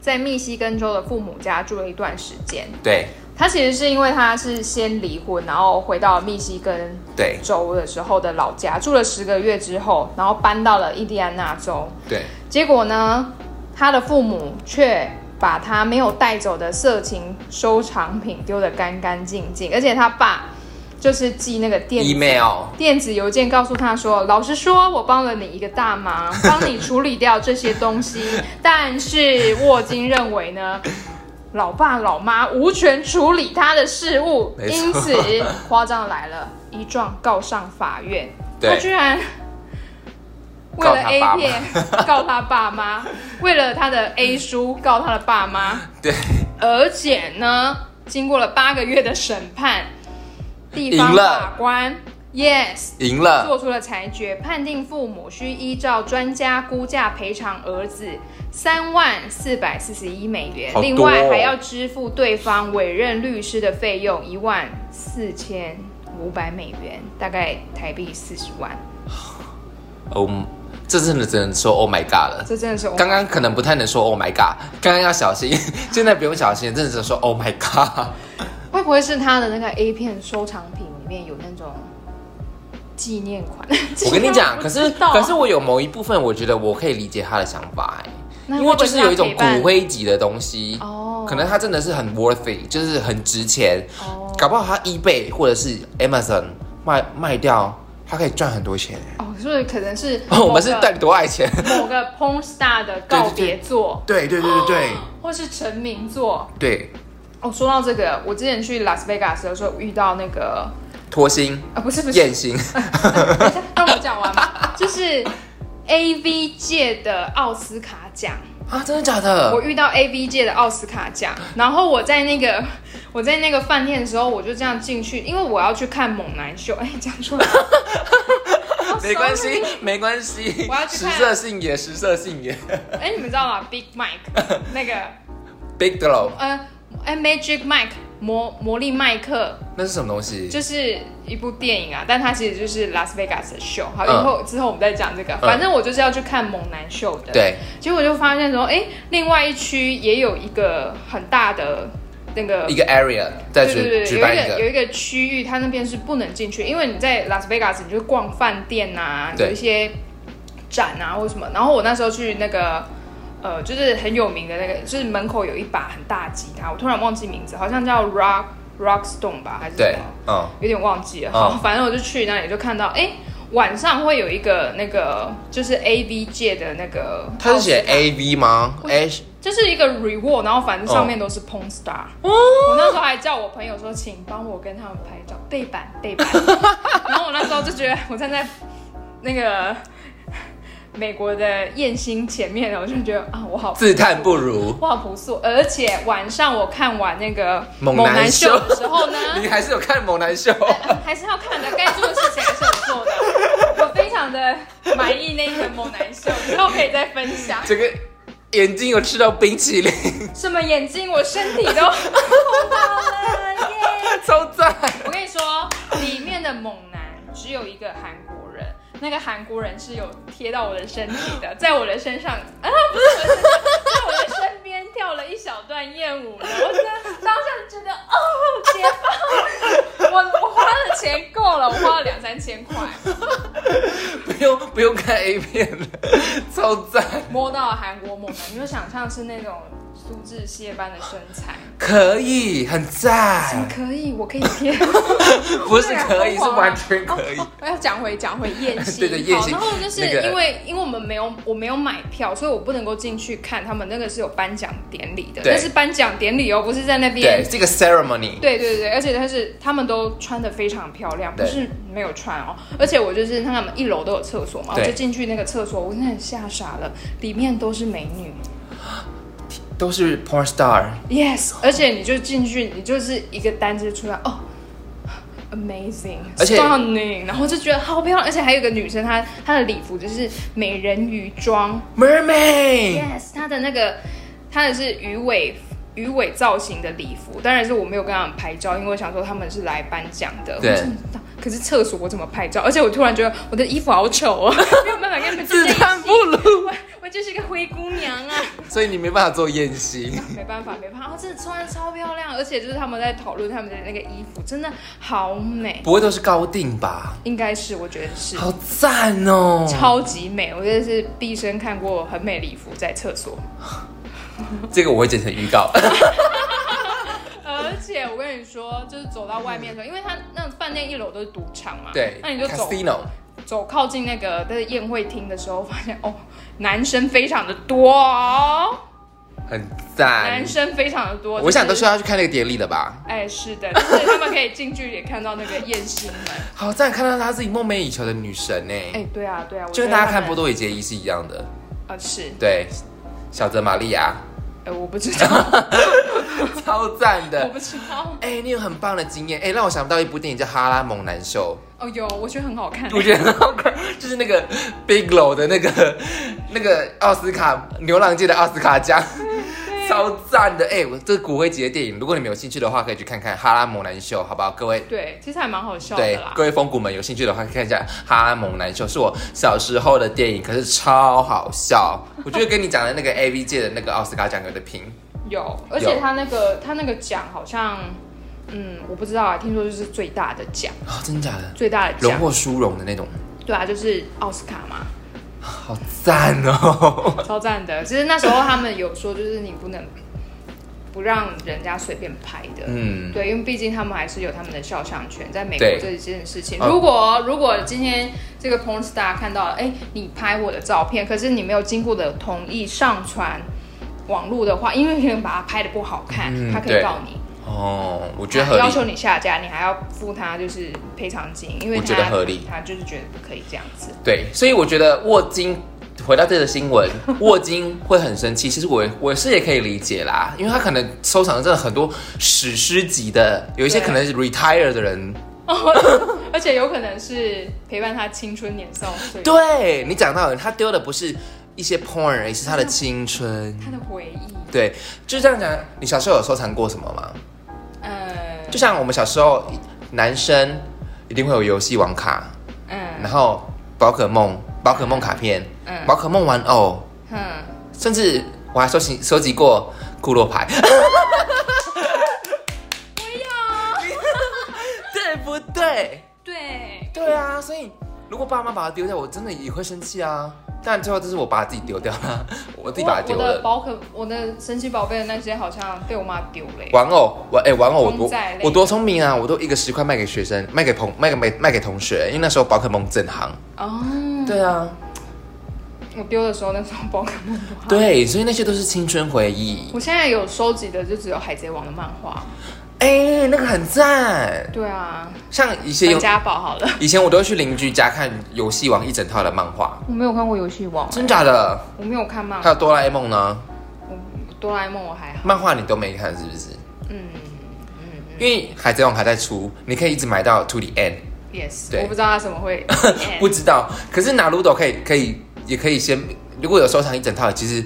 B: 在密西根州的父母家住了一段时间。
A: <laughs> 对
B: 他其实是因为他是先离婚，然后回到密西根
A: 对
B: 州的时候的老家住了十个月之后，然后搬到了印第安纳州。
A: 对，
B: 结果呢，他的父母却把他没有带走的色情收藏品丢得干干净净，而且他爸就是寄那个电子
A: email
B: 电子邮件告诉他说：“老实说，我帮了你一个大忙，帮你处理掉这些东西。但是我已经认为呢， <laughs> 老爸老妈无权处理他的事务，
A: 没错
B: 因此夸张来了，一状告上法院。
A: 对
B: 他居然为
A: 告
B: 了
A: 他
B: A
A: 爸妈
B: 片 <laughs> 告他爸妈，为了他的 A 书告他的爸妈。
A: 对
B: 而且呢，经过了八个月的审判，地方
A: 赢了
B: 法官 Yes
A: 赢了，
B: 做出了裁决，判定父母需依照专家估价赔偿儿子三万四百四十一美元，
A: 好多哦
B: 另外还要支付对方委任律师的费用一万四千五百美元，大概台币四十万。
A: 哦，这真的只能说 Oh my God 了。
B: 这真的是我
A: 刚刚可能不太能说 Oh my God，刚刚要小心， <laughs> 现在不用小心，真的只能说 Oh my God。
B: 会不会是他的那个 A 片收藏品里面有那种纪念款？ <laughs>
A: 我跟你讲，
B: 不
A: 可是
B: 知道
A: 可是我有某一部分，我觉得我可以理解他的想法哎，
B: 那
A: 因为就是有一种
B: 会不会是他陪伴
A: 骨灰级的东西，
B: 哦，
A: 可能他真的是很 worthy，就是很值钱，
B: 哦
A: 搞不好他 eBay 或者是 Amazon 卖卖掉，他可以赚很多钱。
B: 哦，是不是可能是
A: 哦，我们是
B: 某个
A: 到底多爱钱？
B: 某个 porn star 的告别作，
A: <laughs> 对对对对对
B: 或是成名作。
A: <gasps> 对，
B: 哦，说到这个，我之前去拉斯维加斯的时候遇到那个，
A: 脱星、
B: 啊，不是不是，
A: 艳
B: <laughs>
A: 星，
B: 等一下让我讲完嘛， <laughs> 就是 A V 界的奥斯卡奖。
A: 啊，真的假
B: 我
A: 的？
B: 遇到 A V 界的奥斯卡奖，然后我在那个我在那个饭店的时候，我就这样进去，因为我要去看猛男秀。哎，讲出来，
A: <laughs> 没关
B: Sorry
A: 系，没关系
B: 我要，去
A: 食
B: 看
A: 色性也，食色性也。
B: 哎，你们知道吗？Big Mike 那个
A: Big Glow
B: 呃，哎 Magic Mike 魔魔力麦克，
A: 那是什么东西？
B: 就是一部电影啊，但它其实就是拉斯维加斯的秀。好，
A: 嗯
B: 以后、之后我们再讲这个。反正我就是要去看猛男秀的。。
A: 对，
B: 结果就发现说，哎，另外一区也有一个很大的那个
A: 一个 area 再
B: 对
A: 举
B: 对对，
A: 举
B: 有
A: 办
B: 一
A: 一
B: 个有
A: 个，
B: 一个区域，它那边是不能进去，因为你在拉斯维加斯，你就逛饭店呐、
A: 对
B: 有一些展啊或什么。然后我那时候去那个呃，就是很有名的那个，就是门口有一把很大吉他，我突然忘记名字，好像叫 Rock Rockstone 吧，还是什
A: 对
B: 么？，
A: 嗯，
B: 有点忘记了。
A: 嗯
B: 好，反正我就去那里就看到，哎、晚上会有一个那个就是 A V 界的那个奥斯卡，
A: 他是写 A V 吗？H
B: 就是一个 reward，然后反正上面都是 porn star。我
A: 哦
B: 那时候还叫我朋友说，请帮我跟他们拍照，背板
A: <laughs>
B: 背板。然后我那时候就觉得我站在那个美国的艳星前面，我就觉得啊，我好
A: 自叹不如，
B: 我好朴素。而且晚上我看完那个
A: 猛男
B: 男秀
A: 秀
B: 的时候呢，
A: 你还是有看猛男
B: <laughs>
A: 秀？
B: 还是要看的，该做的事情还是有做的。我非常的满意那一个猛男秀，之后可以再分享。
A: 这个眼睛有吃到冰淇淋， <laughs>
B: 什么眼睛，我身体都 <laughs> 碰到了耶！
A: 超赞！
B: 我跟你说，里面的猛男只有一个韩国人，那个韩国人是有贴到我的身体的，在我的身上啊，不是我的身上，在我的身边跳了一小段艳舞呢。我真的当下就觉得哦，解放！我我花的钱够了，我花了两三千块，
A: 不用不用看 A 片了， <laughs> 超赞！
B: 摸到了韩国猛男，你就想象是那种苏志燮般的身材，
A: 可以，很
B: 怎么
A: 赞，
B: 可以？我可以贴。
A: 哎 <laughs> 不是可
B: <laughs>
A: 以，
B: 对
A: 是
B: 啊
A: 完全可以。
B: 哦哦要讲回讲回艳
A: <laughs>
B: 星，
A: 对对艳星
B: 好然后就是
A: 那个
B: 因为、因为我们没有我没有买票，所以我不能够进去看他们那个是有颁奖典礼的，
A: 对
B: 但是颁奖典礼哦，不是在那边
A: 对，。这个 ceremony，
B: 对对对，而且他是他们都穿的非常漂亮，不
A: 对
B: 是没有穿哦。而且我就是他们一楼都有厕所嘛，我
A: 对
B: 就进去那个厕所，我真的很吓傻了，里面都是美女。
A: 都是 porn star，
B: Yes，而且你就进去，你就是一个单字出来哦，amazing，
A: 而且
B: stunning，然后就觉得好漂亮，而且还有一个女生，她她的礼服就是美人鱼装
A: mermaid，
B: ，Yes，她的那个她的是鱼尾鱼尾造型的礼服，当然是我没有跟他们拍照，因为我想说他们是来颁奖的。
A: 对
B: 我想说。可是厕所我怎么拍照？而且我突然觉得我的衣服好丑哦， <laughs> 没有办法跟他们
A: 自
B: 在一起。
A: 叹不如，
B: 我我就是个灰姑娘啊，
A: 所以你没办法做艳星。
B: 没办法，没办法，哦、真的穿的超漂亮，而且就是他们在讨论他们的那个衣服，真的好美，
A: 不会都是高定吧？
B: 应该是我觉得是
A: 好赞哦！
B: 超级美，我觉得是毕生看过很美礼服在厕所。
A: 这个我会剪成预
B: <laughs>
A: 告。
B: 而且我跟你说，就是走到外面的时候，因为它那饭店一楼都是赌场嘛，
A: 对，
B: 那你就走
A: casino，
B: 走靠近那个在宴会厅的时候，发现哦，男生非常的多哦，
A: 很赞
B: 男。生非常的多，
A: 我想都
B: 就是
A: 是要去看那个典礼的吧。
B: 哎，是的，就是他们可以近距离看到那个艳星们。
A: 好赞，看到她自己梦寐以求的女神呢、
B: <laughs> 哎，对啊，对啊，我
A: 就
B: 觉
A: 跟
B: 得
A: 大家
B: 他们
A: 看波多野结衣是一样的。
B: 啊，是，
A: 对，小泽玛利
B: <laughs>
A: 亚，
B: 哎，我不知
A: <laughs>
B: 道，
A: 超赞
B: 我
A: 的。
B: 不知道。
A: 哎、你有很棒的经验，哎、让我想到一部电影叫《哈拉猛男秀
B: 哦，有，我觉得很好 <laughs> 看》，。
A: 我觉得很好看，就是那个 Bigelow 的那个那个奥斯卡牛郎界的奥斯卡奖，
B: 嗯
A: <laughs> 超赞的。哎、我这个骨灰级的电影，如果你们有兴趣的话，可以去看看《哈拉猛男秀》，好不好，各位？
B: 对，其实还蛮好笑
A: 对
B: 的啦，。
A: 各位风骨们有兴趣的话，可以看一下《哈拉猛男秀》，是我小时候的电影，可是超好笑。我觉得跟你讲的那个 A V 界的那个奥斯卡奖有的拼。
B: 有，而且他那个他那个奖好像，嗯，我不知道啊，听说就是最大的奖，
A: 啊、真假的？
B: 最大的
A: 荣
B: 奖，
A: 获殊荣的那种，
B: 对啊，就是奥斯卡嘛，
A: 好赞哦！
B: 超赞的。其实那时候他们有说，就是你不能不让人家随便拍的。
A: 嗯，
B: 对，因为毕竟他们还是有他们的肖像权，在美国
A: 对
B: 这件事情。
A: 哦
B: 如果如果今天这个 porn star 看到了，哎，你拍我的照片，可是你没有经过我的同意上传网络的话，因为可能把它拍的不好看，
A: 嗯
B: 他可
A: 对
B: 以告你。
A: 哦，我觉得合
B: 啊要
A: 理。
B: 求你下架，你还要付他就是赔偿金，因为
A: 我
B: 他
A: 觉得合理
B: 他就是觉得不可以这样子。
A: 对，所以我觉得沃金回到这个新
B: <laughs>
A: 闻，沃金会很生气。其实我我是也可以理解啦，因为他可能收藏了真的很多史诗级的，有一些
B: 对
A: 可能是 retire 的人。
B: 而且有可能是陪伴他青春年少岁，
A: 对你讲到了，他丢的不是一些 porn，而是他的青春。
B: 他的回忆，
A: 对，就是这样讲。你小时候有收藏过什么吗？
B: 呃，
A: 就像我们小时候，男生一定会有游戏王卡，
B: 嗯
A: 然后宝可梦、宝可梦卡片、
B: 嗯
A: 宝可梦玩偶，
B: 哼，
A: 甚至我还收集收集过骷髅牌。 <laughs>
B: 我要，
A: 对不对？
B: 对，
A: 对啊，所以如果爸妈把它丢掉，我真的也会生气啊。但最后就是我把自己丢掉
B: <laughs>
A: 了，我自己把它
B: 我
A: 丢
B: 我的
A: 了。
B: 宝可，我的神奇宝贝的那些好像被我妈丢了耶。
A: 玩偶，玩哎、玩偶我
B: 公
A: 多
B: 仔类
A: 我多聪明啊！我都一个十块卖给学生，卖给朋卖给卖卖给同学，因为那时候宝可梦正行。
B: 哦，
A: 对啊，
B: 我丢的时候那时候宝可梦不好。
A: 对，所以那些都是青春回忆。
B: 我现在有收集的就只有海贼王的漫画。
A: 哎、那个很赞，
B: 对啊，
A: 像以前
B: 本
A: 有
B: 家宝好了，
A: 以前我都会去邻居家看《游戏王》一整套的漫画，
B: <laughs> 我没有看过游戏王，
A: 真假的？
B: 我没有看漫画
A: 还。有哆啦 A 梦呢？
B: 我哆啦 A 梦我还好，
A: 漫画你都没看是不是？
B: 嗯，
A: 因为海贼王还在出，你可以一直买到 to the end。
B: ，yes，
A: 对
B: 我不知道他什么
A: <laughs>
B: 会
A: 不知道，可是拿鲁斗可以可以也可以先，如果有收藏一整套，其实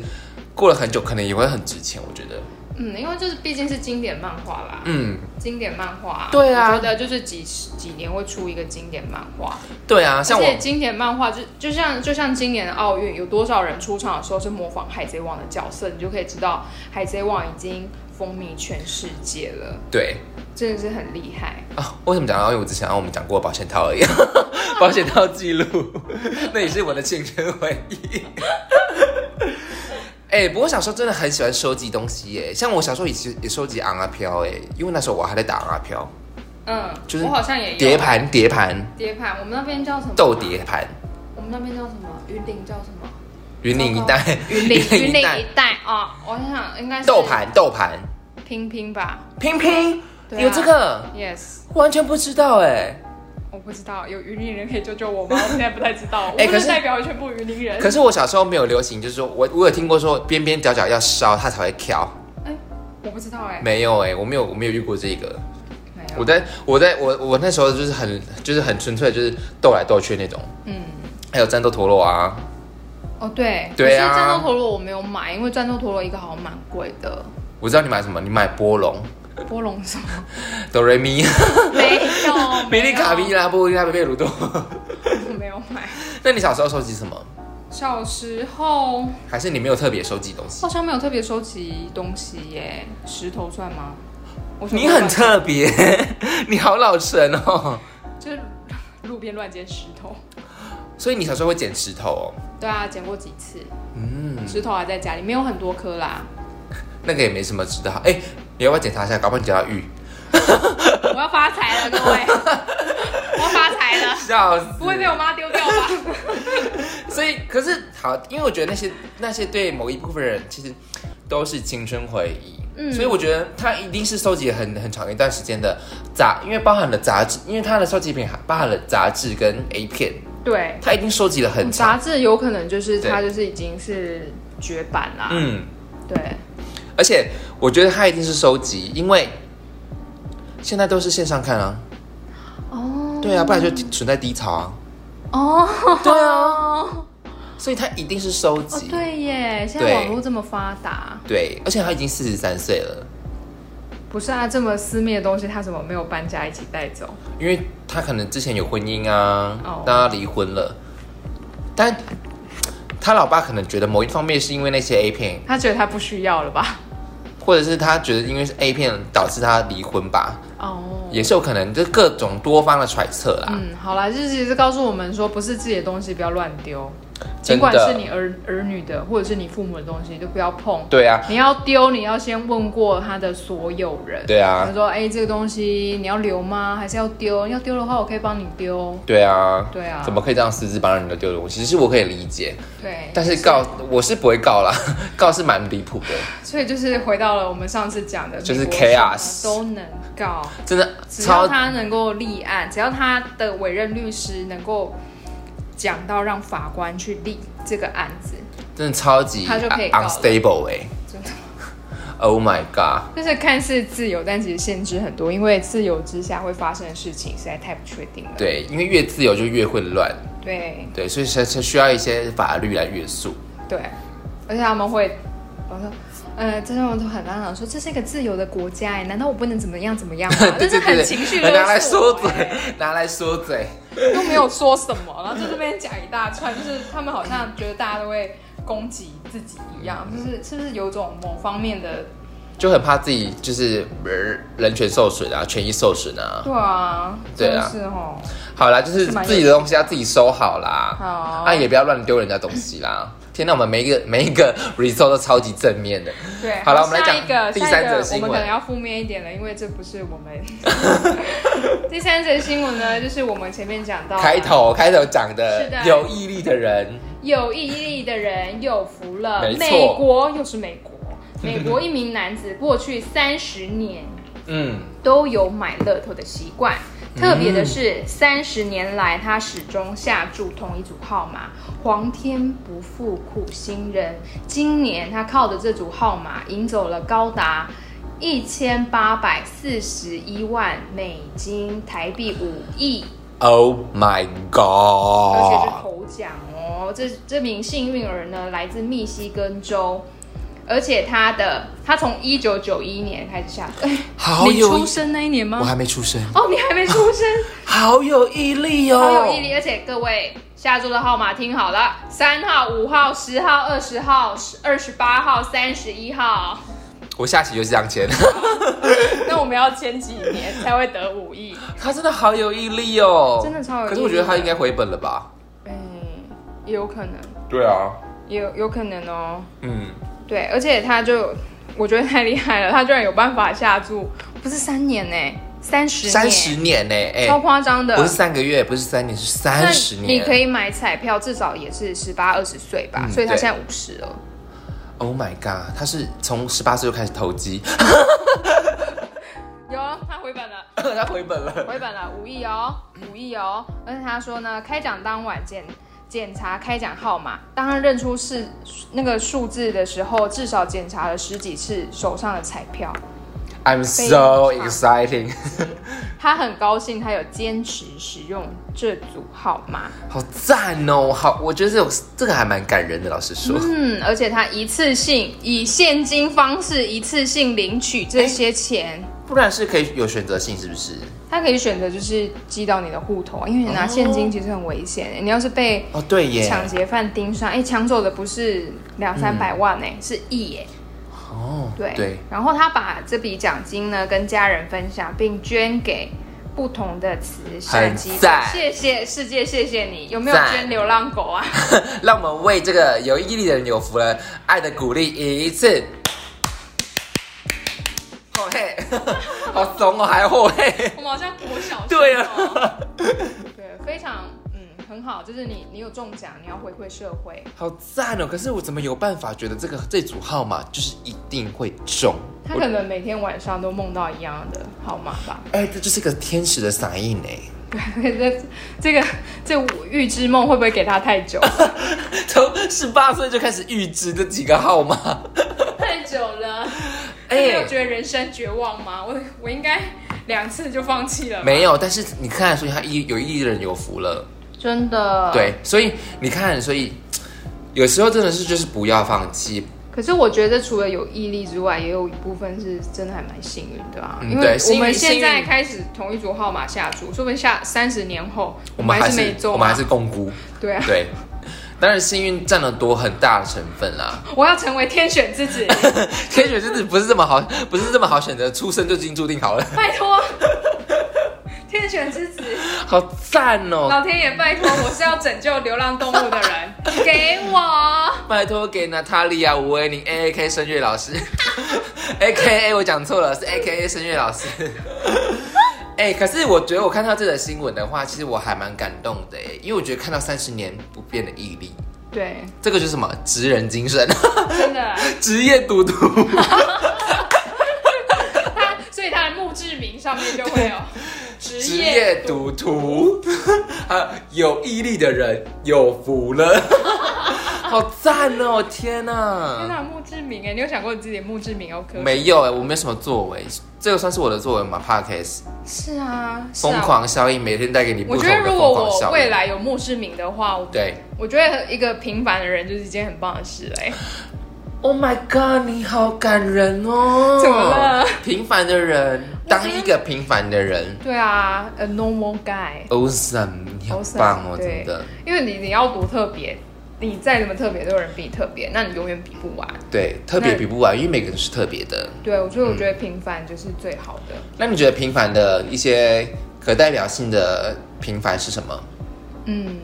A: 过了很久可能也会很值钱，我觉得。
B: 嗯，因为就是毕竟是经典漫画啦，
A: 嗯，
B: 经典漫画，
A: 对啊
B: 我觉得就是几十几年会出一个经典漫画，
A: 对啊，像
B: 而且
A: 我
B: 经典漫画就就像就像今年的奥运，有多少人出场的时候是模仿海贼王的角色，你就可以知道海贼王已经风靡全世界了，
A: 对
B: 真的是很厉害。
A: 啊，为什么讲到？因为我只想到我们讲过保险套而已， <laughs> 保险套记录，
B: <laughs>
A: 那也是我的青春回忆。 <laughs> 哎、不过小时候真的很喜欢收集东西耶，像我小时候也是也收集昂啊飘哎，因为那时候我还在打昂啊飘，
B: 嗯，
A: 就是
B: 我好像也有
A: 碟，盘碟盘
B: 碟盘，我们那边叫什么？
A: 斗，碟盘，
B: 我们那边叫什
A: <laughs>
B: 么？云顶叫什么？
A: 云林一 <laughs> 带，
B: 云林云林
A: 带
B: 一带啊、我想想应该是
A: 斗盘斗盘
B: 拼拼吧
A: 拼拼、
B: 对啊
A: 有这个，
B: ，yes，
A: 完全不知道哎。
B: 我不知道有云林人可以救救我吗？我现在不太知道，
A: <laughs>
B: 我
A: 哎
B: 不
A: 可
B: 是
A: 是
B: 代表全部云林人。
A: 可是我小时候没有流行，就是说我我有听过说边边角角要烧它才会翘，
B: 我不知道哎、
A: 没有哎，我没有我没有遇过这个。
B: 没
A: 我
B: 有，
A: 在我在我我那时候就是很就是很纯粹就是斗来斗去那种，
B: 嗯，
A: 还有战斗陀螺啊，
B: 哦对，
A: 对啊
B: 可是战斗陀螺我没有买，因为战斗陀螺一个好像蛮贵的，
A: 我知道你买什么，你买波龙、
B: 波龙什
A: <laughs>
B: 么？
A: 哆瑞 <laughs> 咪、
B: 没有，
A: 美丽卡米拉、波利拉、贝贝鲁多。 <laughs>
B: 我没有买。
A: 那你小时候收集什么？
B: 小时候
A: 还是你没有特别收集东西？
B: 好像没有特别收集东西耶，石头算吗？我
A: 你很
B: 特，
A: 特别， <laughs> 你好老成哦。
B: 就是 <laughs> 路边乱捡石头。
A: 所以你小时候会捡石头哦？
B: 对啊，捡过几次，
A: 嗯，
B: 石头还在家里，没有很多颗啦。
A: 那个也没什么值得好。哎、你要不要检查一下？搞不好你捡到玉。
B: 我要发财了，各
A: <laughs>
B: 位，我要发财了，
A: 笑死！
B: 不会被我妈丢掉吧？
A: <laughs> 所以，可是好，因为我觉得那些那些对某一部分人其实都是青春回忆，
B: 嗯
A: 所以我觉得他一定是收集很很长一段时间的杂，因为包含了杂志，因为他的收集品还包含了杂志跟 A 片，
B: 对，
A: 他一定收集了很长，
B: 杂志有可能就是
A: 对
B: 它就是已经是绝版啦。
A: 嗯，
B: 对，
A: 而且我觉得他一定是收集，因为现在都是线上看啊，
B: 哦，
A: 对啊，不然就存在低潮啊，
B: 哦，
A: 对
B: 啊，
A: 所以他一定是收
B: 哦
A: 集，
B: 对耶，现
A: 对
B: 在网络这么发达，
A: 对，而且他已经四十三岁了，
B: 不是啊，这么私密的东西，他怎么没有搬家一起带走？
A: 因为他可能之前有婚姻啊
B: 哦，
A: 大家离婚了，但他老爸可能觉得某一方面是因为那些 A 片，
B: 他觉得他不需要了吧？
A: 或者是他觉得因为是 A 片导致他离婚吧，
B: 哦，
A: 也是有可能，就各种多方的揣测啦。
B: 嗯，好啦，就是其实告诉我们说，不是自己的东西不要乱丢，
A: 真的
B: 尽管是你儿儿女的或者是你父母的东西，都不要碰。
A: 对啊，
B: 你要丢，你要先问过他的所有人。
A: 对啊
B: 他说：“哎、这个东西你要留吗？还是要丢？要丢的话，我可以帮你丢。
A: 对啊，
B: 对啊
A: 怎么可以这样私自帮人家丢东西？其实我可以理解，”
B: 对，
A: 但是告我是不会告啦， <laughs> 告是蛮离谱的，
B: 所以就是回到了我们上次讲的，
A: 就是
B: 美国什么
A: chaos
B: 都能告，
A: 真的
B: 只要
A: 超
B: 他能够立案，只要他的委任律师能够讲到让法官去立这个案子，
A: 真的超级
B: 他就可以告了
A: unstable 哎、
B: 真的
A: o h my god！
B: 就是看似自由，但其实限制很多，因为自由之下会发生的事情实在太不确定了。
A: 对，因为越自由就越混乱，
B: 对
A: 对，所以才才需要一些法律来约束。
B: 对，而且他们会，我说，呃，这种都很嚷嚷说这是一个自由的国家，哎，难道我不能怎么样怎么样吗？
A: <laughs> 对
B: 但是
A: 对
B: 很
A: 对，
B: 情绪勒
A: 对
B: 索、
A: 拿来说
B: 哎
A: 嘴， <laughs> 拿来说嘴，
B: 又没有说什么，然后在这边讲一大串，就是他们好像觉得大家都会攻击自己一样，就是是不是有种某方面的？
A: 就很怕自己就是呃人权受损啊，权益受损啊。
B: 对啊，
A: 对啊
B: 真的是哦，
A: 好啦，就是
B: 是蛮有
A: 自己的东西要自己收好啦，
B: 好
A: 啊也不要乱丢人家东西啦。天哪，我们每一个每一个 <laughs> result 都超级正面的。
B: 对。
A: 好了
B: 好
A: 我们来讲
B: 下一个
A: 第
B: 下一
A: 三则
B: 个
A: 新闻
B: 我们可能要负面一点了，因为这不是我们。 <laughs> 第三则新闻呢，就是我们前面讲到
A: 开头开头讲
B: 哦是
A: 的
B: 的
A: 有毅力的人，
B: 有毅力的人有福了。
A: 没错
B: 美国又是
A: <laughs>
B: 美国，美国一名男子过去三十年
A: 嗯，
B: 都有买乐透的习惯。特别的
A: 嗯
B: 是，三十年来他始终下注同一组号码。皇天不负苦心人，今年他靠着这组号码赢走了高达一千八百四十一万美金，台币五亿。
A: Oh my
B: 而且是
A: god！
B: 头奖哦。这这名幸运儿呢，来自密西根州，而且他的他从一九九一年开始下注，哎
A: <laughs> 好
B: 你
A: 有
B: 出
A: 毅，
B: 生那一年吗
A: 我？还没出生，
B: 哦，你还没出生，
A: 好有毅力 <laughs> 哦，
B: 好有毅力！而且各位下注的号码听好了：三号、五号、十号、二十号、二十八号、三十一号。
A: 我下棋就是这样签。
B: <laughs> 那我们要签几年才会得五亿？
A: 他真的好有毅力哦，
B: 真的超有毅力
A: 可是我觉得他应该回本了吧？
B: 嗯，也有可能，
A: 对啊，
B: 也有有可能哦。
A: 嗯，
B: 对，而且他就我觉得太厉害了，他居然有办法下注，不是三年呢、三十年，
A: 三十年呢、哎、
B: 超夸张的。
A: 不是三个月，不是三年，是
B: 那
A: 三十年。
B: 你可以买彩票，至少也是十八二十岁吧，
A: 嗯
B: 所以他
A: 对
B: 现在五十了。
A: o h Oh my god，他是从十八岁就开始投机， <laughs>
B: 有啊，他回本了，
A: 他回本了。
B: 回本了，五亿哦，五亿哦。而且他说呢，开奖当晚检检查开奖号码，当他认出是那个数字的时候，至少检查了十几次手上的彩票。
A: I'm so exciting，
B: 他很高兴他有坚持使用这组号码，
A: 好赞哦！好，我觉得这种这个还蛮感人的，老实说。
B: 嗯，而且他一次性以现金方式一次性领取这些钱，
A: 不然是可以有选择性，是不是？
B: 他可以选择就是寄到你的户头啊，因为你拿现金其实很危险、你要是被
A: 哦，对耶。
B: 抢劫犯盯上，哎、抢走的不是两三百万哎、是亿耶、
A: 哦，
B: 对
A: 对，
B: 然后他把这笔奖金呢跟家人分享，并捐给不同的慈善
A: 很
B: 机构
A: 赞。
B: 谢谢世界，谢谢你。有没有
A: 赞
B: 捐流浪狗啊？
A: <laughs> 让我们为这个有毅力的人有福了，爱的鼓励一次。好嘿， <laughs> 好怂哦，还后嘿。
B: 我们好像国小生哦
A: 对啊，
B: 对，非常嗯很好，就是你你有中奖，你要回馈社会。
A: 好赞哦！可是我怎么有办法觉得这个这组号码就是一定会中？
B: 他
A: 我
B: 可能每天晚上都梦到一样的号码吧？
A: 哎、这就是个天使的嗓音哎，
B: 这这个这预知梦会不会给他太久？
A: <laughs> 从十八岁就开始预知这几个号
B: <laughs>
A: 码，
B: 太久了。
A: 哎
B: 哎，你有觉得人生绝望吗？我我应该两次就放弃了吧。
A: 没有，但是你看，所以他一有毅力的人有福了。
B: 真的。。
A: 对，所以你看，所以有时候真的是就是不要放弃，
B: 可是我觉得除了有毅力之外，也有一部分是真的还蛮幸运的啊，
A: 嗯
B: 因
A: 对
B: 为我
A: 幸运
B: 们现
A: 幸
B: 在
A: 运
B: 开始同一组号码下注，说不定下三十年后
A: 我们还
B: 还
A: 是
B: 没中啊、
A: 我们还是共估，
B: 对啊，
A: <laughs> 对。当然，幸运占了多很大的成分啦。
B: 我要成为天选
A: <laughs>
B: 之子，
A: 天选之子不是这么好，不是这么好选择，出生就已经注定好了， <laughs>
B: 拜托，天选之子，
A: 好赞哦！
B: 老天爷拜托，我是要拯救流浪动物
A: <laughs>
B: 的人，给我。
A: 拜托给娜塔莉亚·吴维宁 A A K 声乐老师，A K A 我讲错了，是 A K A 声乐老师。 <laughs> 哎、可是我觉得我看到这个新闻的话，其实我还蛮感动的哎，因为我觉得看到三十年不变的毅力，
B: 对，
A: 这个就是什么职人精神， <laughs>
B: 真的，
A: 职业赌徒。
B: 他所以他的墓志铭上面就会有职
A: 职业
B: 业
A: 赌徒， <laughs> 啊，有毅力的人有福了， <laughs> 好赞哦！天
B: 天
A: 哪，
B: 哪，墓志铭哎，你有想过你自己的墓志铭哦要刻？
A: 没有哎，我没什么作为，这个算是我的作为吗？Podcast
B: 是啊，是啊
A: 疯。狂效应每天带给你不
B: 我
A: 同
B: 觉得
A: 的疯
B: 如果
A: 狂效
B: 我
A: 应。
B: 未来有墓志铭的话，我
A: 对
B: 我觉得一个平凡的人就是一件很棒的事哎、
A: ，Oh my God，你好感人哦！
B: 怎么了？
A: 平凡的人，当一个平凡的人
B: 对啊，a normal guy，
A: ，Awesome，你好
B: Awesome，
A: 棒哦，
B: 对
A: 真的，
B: 因为你你要多特别，你再怎么特别都有人比你特别，那你永远比不完。
A: 对，特别
B: 那
A: 比不完，因为每个人是特别的。
B: 对，我所
A: 嗯
B: 以我觉得平凡就是最好的。
A: 那你觉得平凡的一些可代表性的平凡是什么？
B: 嗯，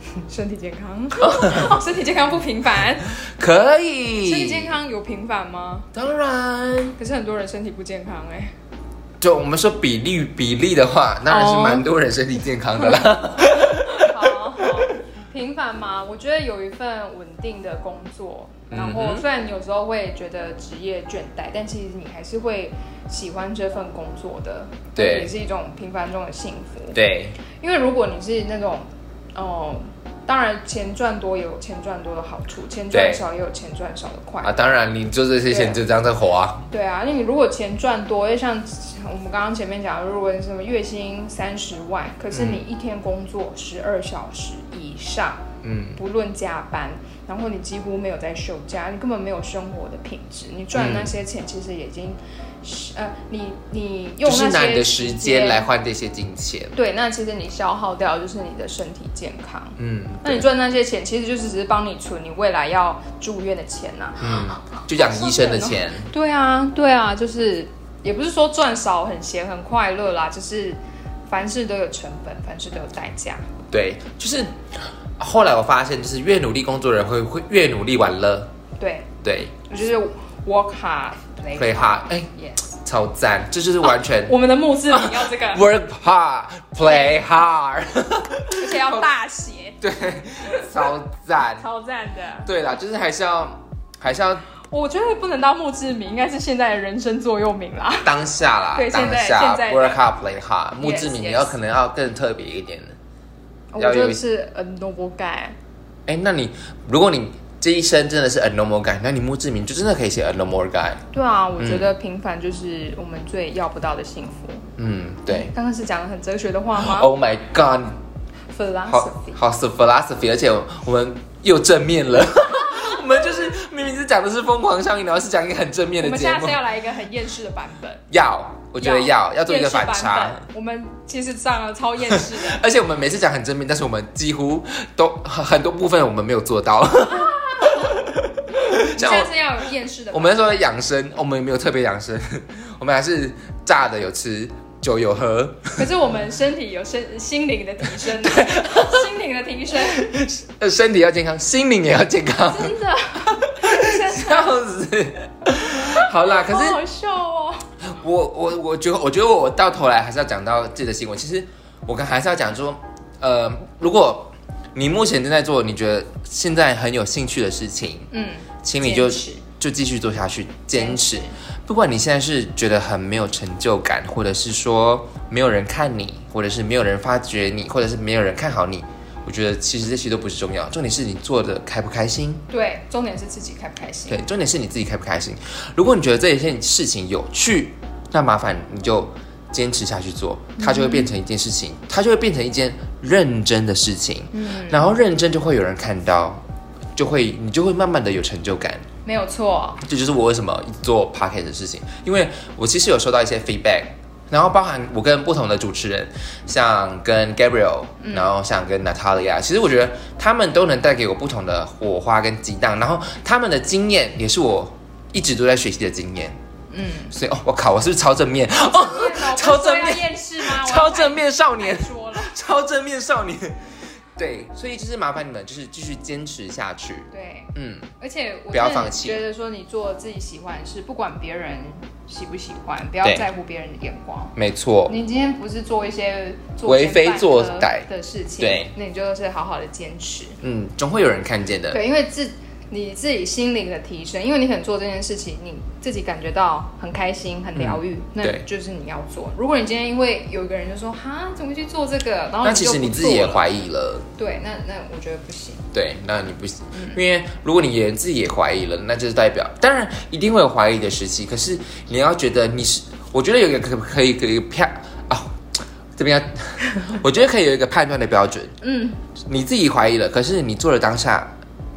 B: <laughs> 身体健康， <laughs> 哦，身体健康不
A: <laughs>
B: 平凡，
A: 可
B: 身体健
A: 以，
B: 康有平凡吗？
A: 当然，
B: 可是很多人身体不健康哎、
A: 就我们说比例比例的话，当然是蛮多人身体健康的啦。
B: 哦好，哦好平凡嘛，我觉得有一份稳定的工作，然
A: 嗯
B: 后
A: 哼
B: 虽然你有时候会觉得职业倦怠，但其实你还是会喜欢这份工作的，
A: 对
B: 也是一种平凡中的幸福。
A: <laughs> 对，
B: 因为如果你是那种，哦、当然钱赚多也有钱赚多的好处，钱
A: 对
B: 赚少也有钱赚少的快
A: 啊，
B: 乐。
A: 当然你就这些钱就这样在花，
B: 对啊，因为你如果钱赚多，就像我们刚刚前面讲的，如果你什么月薪三十万，可是你一天工作十二小时以上，
A: 嗯，
B: 不论加班，然后你几乎没有在休假，你根本没有生活的品质。你赚的那些钱其实已经是，呃，你你
A: 就
B: 用
A: 是
B: 那
A: 拿你
B: 些
A: 的时间来换这些金钱。
B: 对，那其实你消耗掉的就是你的身体健康。
A: 嗯，
B: 那你赚那些钱，其实就是只是帮你存你未来要住院的钱呐、
A: 嗯，就讲医生的钱，
B: 对啊，对啊，就是也不是说赚少很闲很快乐啦，就是凡事都有成本，凡事都有代价。
A: 对，就是后来我发现，就是越努力工作的人会会越努力玩乐，
B: 对，
A: 对
B: 就是 work hard play
A: ，play hard，哎、
B: Yes，
A: 超赞，这就是完全、
B: 我们的墓志铭
A: <laughs>
B: 要这个，
A: work hard，play hard， <laughs>
B: 而且要大写，
A: 对，超赞。
B: 超赞的。
A: 对啦，就是还是要还是要
B: 我觉得不能当墓志铭，应该是现在的人生座右铭啦。
A: 当下啦，
B: 对
A: 当
B: 现在
A: 下
B: 现在
A: work hard play hard，墓志
B: Yes,
A: 铭
B: yes
A: 要可能要更特别一点的。
B: 我
A: 要有
B: 就是 a noble guy，
A: 哎，那你如果你这一生真的是 a normal guy，那你墓志铭就真的可以写 a normal guy。
B: 对啊，我觉得平凡就是我们最要不到的幸福。
A: 嗯，对。
B: 刚刚是讲了很哲学的话吗
A: Oh my god，好
B: ？Philosophy。
A: 好是 philosophy，而且我们又正面了。 <laughs> 我们就是明明是讲的是疯狂效应，然后是讲一个很正面
B: 我
A: 的
B: 们
A: 节
B: 下
A: 目
B: 次。要来一个很厌世的版本。
A: 要，我觉得要要做一个反
B: 厌世
A: 差
B: 版。本。我们其实上了超厌
A: <laughs>
B: 世的。
A: 而且我们每次讲很正面，但是我们几乎都很很多部分我们没有做到。
B: <laughs>
A: 像
B: 下
A: 我
B: 次要有厌世的版本。
A: 我们那时候养生，我们也没有特别养生，我们还是炸的有吃，酒有喝，
B: 可是我们身体有身心灵的提
A: <laughs>
B: 升，心灵的提升，
A: 呃，身体要健康，心灵也要健康，
B: 真的， <laughs> 真
A: <laughs>
B: 的
A: 这样子。好啦，可
B: 好
A: 是
B: 好笑哦。
A: 我我我觉得，我觉得我到头来还是要讲到自己的新闻。其实我刚还是要讲说，呃，如果你目前正在做你觉得现在很有兴趣的事情，
B: 嗯，
A: 请你就
B: 坚持
A: 就继续做下去，坚持。不管你现在是觉得很没有成就感，或者是说没有人看你，或者是没有人发掘你，或者是没有人看好你，我觉得其实这些都不是重要，重点是你做的开不开心。
B: 对，重点是自己开不开心。
A: 对，重点是你自己开不开心。如果你觉得这一件事情有趣，那麻烦你就坚持下去做，它就会变成一件事情，它就会变成一件认真的事情。
B: 嗯，
A: 然后认真就会有人看到，就会你就会慢慢的有成就感。
B: 没有
A: <laughs>
B: 错。
A: 这就是我为什么做 p o c k e t 的事情，因为我其实有收到一些 feedback，然后包含我跟不同的主持人，像跟 Gabriel，然
B: 嗯
A: 后像跟 Natalia，、其实我觉得他们都能带给我不同的火花跟激荡，然后他们的经验也是我一直都在学习的经验，
B: 嗯，
A: 所以哦，我靠，我是不是超正面？哦，超正面
B: 我不是说要厌世吗？
A: <laughs>
B: 我要
A: 超正面少年
B: 太。说了。
A: 超正面少年。 <laughs> 对，所以就是麻烦你们，就是继续坚持下去。
B: 对，
A: 嗯，
B: 而且我
A: 不要
B: 真的
A: 放弃
B: 觉得说你做自己喜欢的事，不管别人喜不喜欢，不要
A: 对
B: 在乎别人的眼光。
A: 没错，
B: 你今天不是做一些作
A: 为
B: 奸
A: 非
B: 犯
A: 作
B: 科
A: 歹
B: 的事情，
A: 对，
B: 那你就是好好的坚持。
A: 嗯，总会有人看见的。
B: 对，因为自你自己心灵的提升，因为你可能做这件事情，你自己感觉到很开心、很疗愈，那
A: 嗯对
B: 就是你要做。如果你今天因为有一个人就说哈，怎么去做这个，然后
A: 那
B: 就
A: 其实
B: 不
A: 你自己也
B: 做了
A: 怀疑了，
B: 对，那那我觉得不行。
A: 对，那你不，因为如果你也自己也怀疑了，那就是代表，当然一定会有怀疑的时期，可是你要觉得你是，我觉得有一个可可以可以啪啊、这边要， <laughs> 我觉得可以有一个判断的标准，
B: 嗯
A: 你自己怀疑了，可是你做了当下，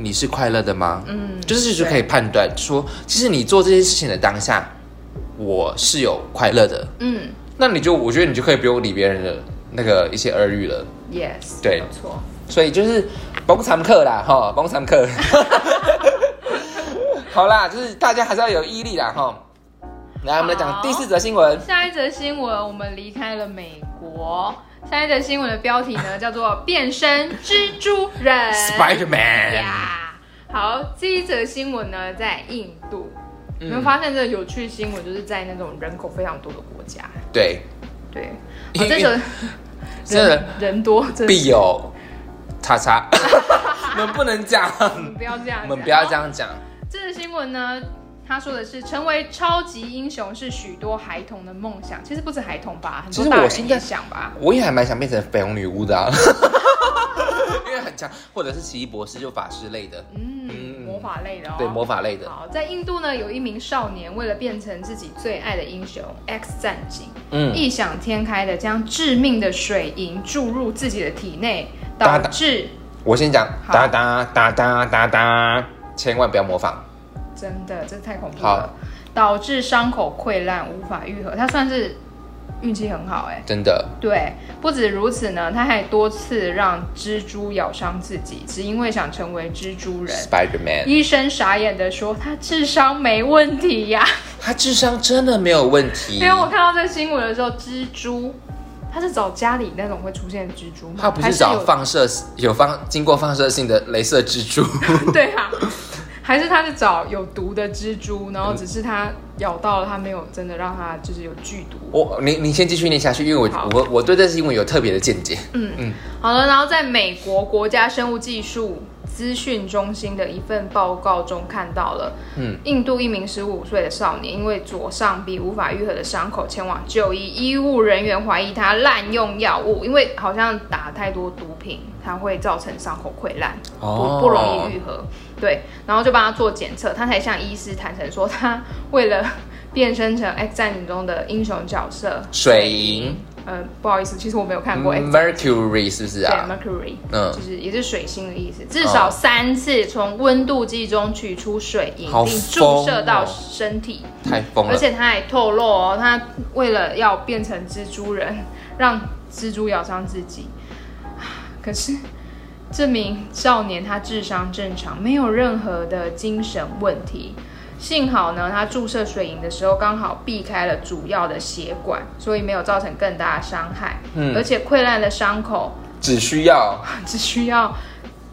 A: 你是快乐的吗？
B: 嗯，
A: 就是就
B: 对
A: 可以判断说，其实你做这件事情的当下，我是有快乐的，
B: 嗯
A: 那你就我觉得你就可以不用理别人的那个一些耳语了。
B: ，yes，
A: 对
B: 没有错。
A: 所以就是崩常课啦，哈，崩常课。 <laughs> 好啦，就是大家还是要有毅力啦，哈。来，我们来讲
B: 好
A: 第四则新闻。
B: 下一则新闻，我们离开了美国。下一则新闻的标题呢，叫做“变身蜘蛛
A: <laughs>
B: 人
A: Spider Man，
B: 呃呀。好，这一则新闻呢，在印度。
A: 嗯
B: 你们发现这个有趣新闻，就是在那种人口非常多的国家。
A: 对，
B: 对，
A: 因
B: 哦、
A: 为
B: 这种
A: 真的
B: 人人多，真的
A: 必有叉叉。我们不能讲，
B: <laughs> 我们不要这样，
A: 我们不要这
B: 讲。哦
A: 样讲。
B: 这则新闻呢，他说的是成为超级英雄是许多孩童的梦想，其实不止孩童吧，很
A: 其
B: 多
A: 实
B: 大
A: 我
B: 人
A: 现在
B: 也想吧。
A: 我也还蛮想变成绯红女巫的、啊， <laughs> 因为很强，或者是奇异博士就法师类的，
B: 嗯，魔法类的哦。
A: 对魔法类的，
B: 好，在印度呢，有一名少年为了变成自己最爱的英雄 X 战警，
A: 嗯，
B: 异想天开的将致命的水银注入自己的体内，
A: 哒
B: 导
A: 哒
B: 致
A: 我先讲，
B: 好
A: 哒哒哒哒哒哒，千万不要模仿。
B: 真的这太恐怖
A: 好
B: 了，导致伤口溃烂无法愈合。他算是运气很好哎、
A: 真的，
B: 对，不止如此呢，他还多次让蜘蛛咬伤自己，只因为想成为蜘蛛人。
A: Spider Man，
B: 医生傻眼的说：“他智商没问
A: <laughs>
B: 题呀、
A: 他智商真的没有问题
B: 因，为我看到这个新闻的时候，蜘蛛，他是找家里那种会出现的蜘蛛吗？
A: 他不
B: 还
A: 是
B: 是
A: 找
B: 有
A: 放射有放经过放射性的镭射蜘蛛， <laughs>
B: <laughs> 对啊，还是他是找有毒的蜘蛛，然后只是他咬到了，他没有真的让他就是有剧毒。
A: 我你你先继续念下去，因为
B: 好
A: 我我我对这新闻有特别的见解。
B: 好了，然后在美国国家生物技术资讯中心的一份报告中看到了，
A: 嗯，
B: 印度一名十五岁的少年因为左上臂无法愈合的伤口前往就医，医务人员怀疑他滥用药物，因为好像打太多毒品，它会造成伤口溃烂，不不容易愈合。对，然后就帮他做检测，他才向医师坦诚说，他为了变身成《X 战警》中的英雄角色，
A: 水银
B: 呃，不好意思，其实我没有看过
A: 嗯
B: X 战警。
A: Mercury 是不是
B: 对
A: 啊？
B: ，Mercury，
A: 嗯哦
B: 就是也是水星的意思。至少三次从温度计中取出水银，
A: 好
B: 并注
A: 疯哦嗯
B: 射到身体，
A: 太疯
B: 而
A: 了！
B: 且他还透露哦，他为了要变成蜘蛛人，让蜘蛛咬伤自己。 <sighs> 可是这名少年他智商正常，没有任何的精神问题。幸好呢，他注射水银的时候刚好避开了主要的血管，所以没有造成更大的伤害。
A: 嗯
B: 而且溃烂的伤口
A: 只需要，
B: 只需要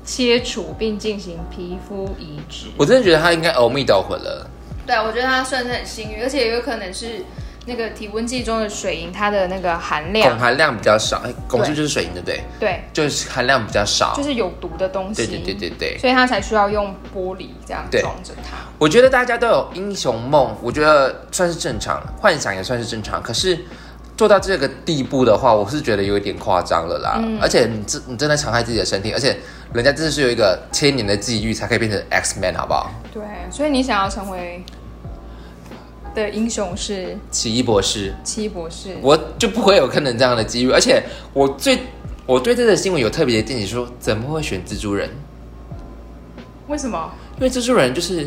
B: 切除并进行皮肤移植。
A: 我真的觉得他应该欧米斗魂了。
B: 对，我觉得他算是很幸运，而且有可能是那个体温计中的水银，它的那个含
A: 汞
B: 量，
A: 含量比较少，哎，汞是不是就是水银，对不对？
B: 对，
A: 就是含量比较少
B: 就。是有毒的东
A: 对
B: 西，
A: 对对对对，
B: 所以他才需要用玻璃这样
A: 对
B: 装着它。
A: 我觉得大家都有英雄梦，我觉得算是正常，幻想也算是正常。可是做到这个地步的话，我是觉得有一点夸张了啦。而且你真你真的伤害自己的身体，而且人家真的是有一个千年的际遇才可以变成 X Man，好不好？
B: 对，所以你想要成为的英雄是
A: 奇异博士，
B: 七博士，
A: 我就不会有可能这样的机遇。而且我最我对这个新闻有特别的见解，说怎么会选蜘蛛人？
B: 为什
A: <laughs>
B: 么？
A: 因为蜘蛛人就是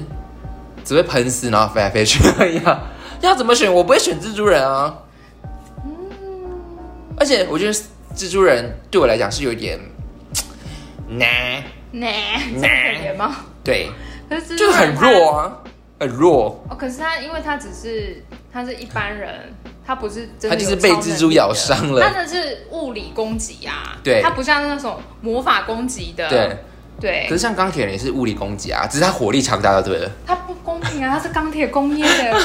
A: 只会喷丝，然后飞来飞去而已啊。 <laughs> 要怎么选？我不会选蜘蛛人啊。而且我觉得蜘蛛人对我来讲是有点难，
B: 呢？ <laughs> 这么可怜吗？
A: 对，
B: 可是
A: 就是很弱啊，很弱。
B: 哦，可是他因为他只是他是一般人，他不是真的
A: 他就是被蜘蛛咬伤了
B: 他的是物理攻击呀、啊，
A: 对
B: 他不像那种魔法攻击的，
A: 对，可
B: 对
A: 是，像钢铁人也是物理攻击啊，只是他火力强大就对 <laughs> 了。
B: 他不公平啊，他是钢铁工
A: <laughs>
B: 业的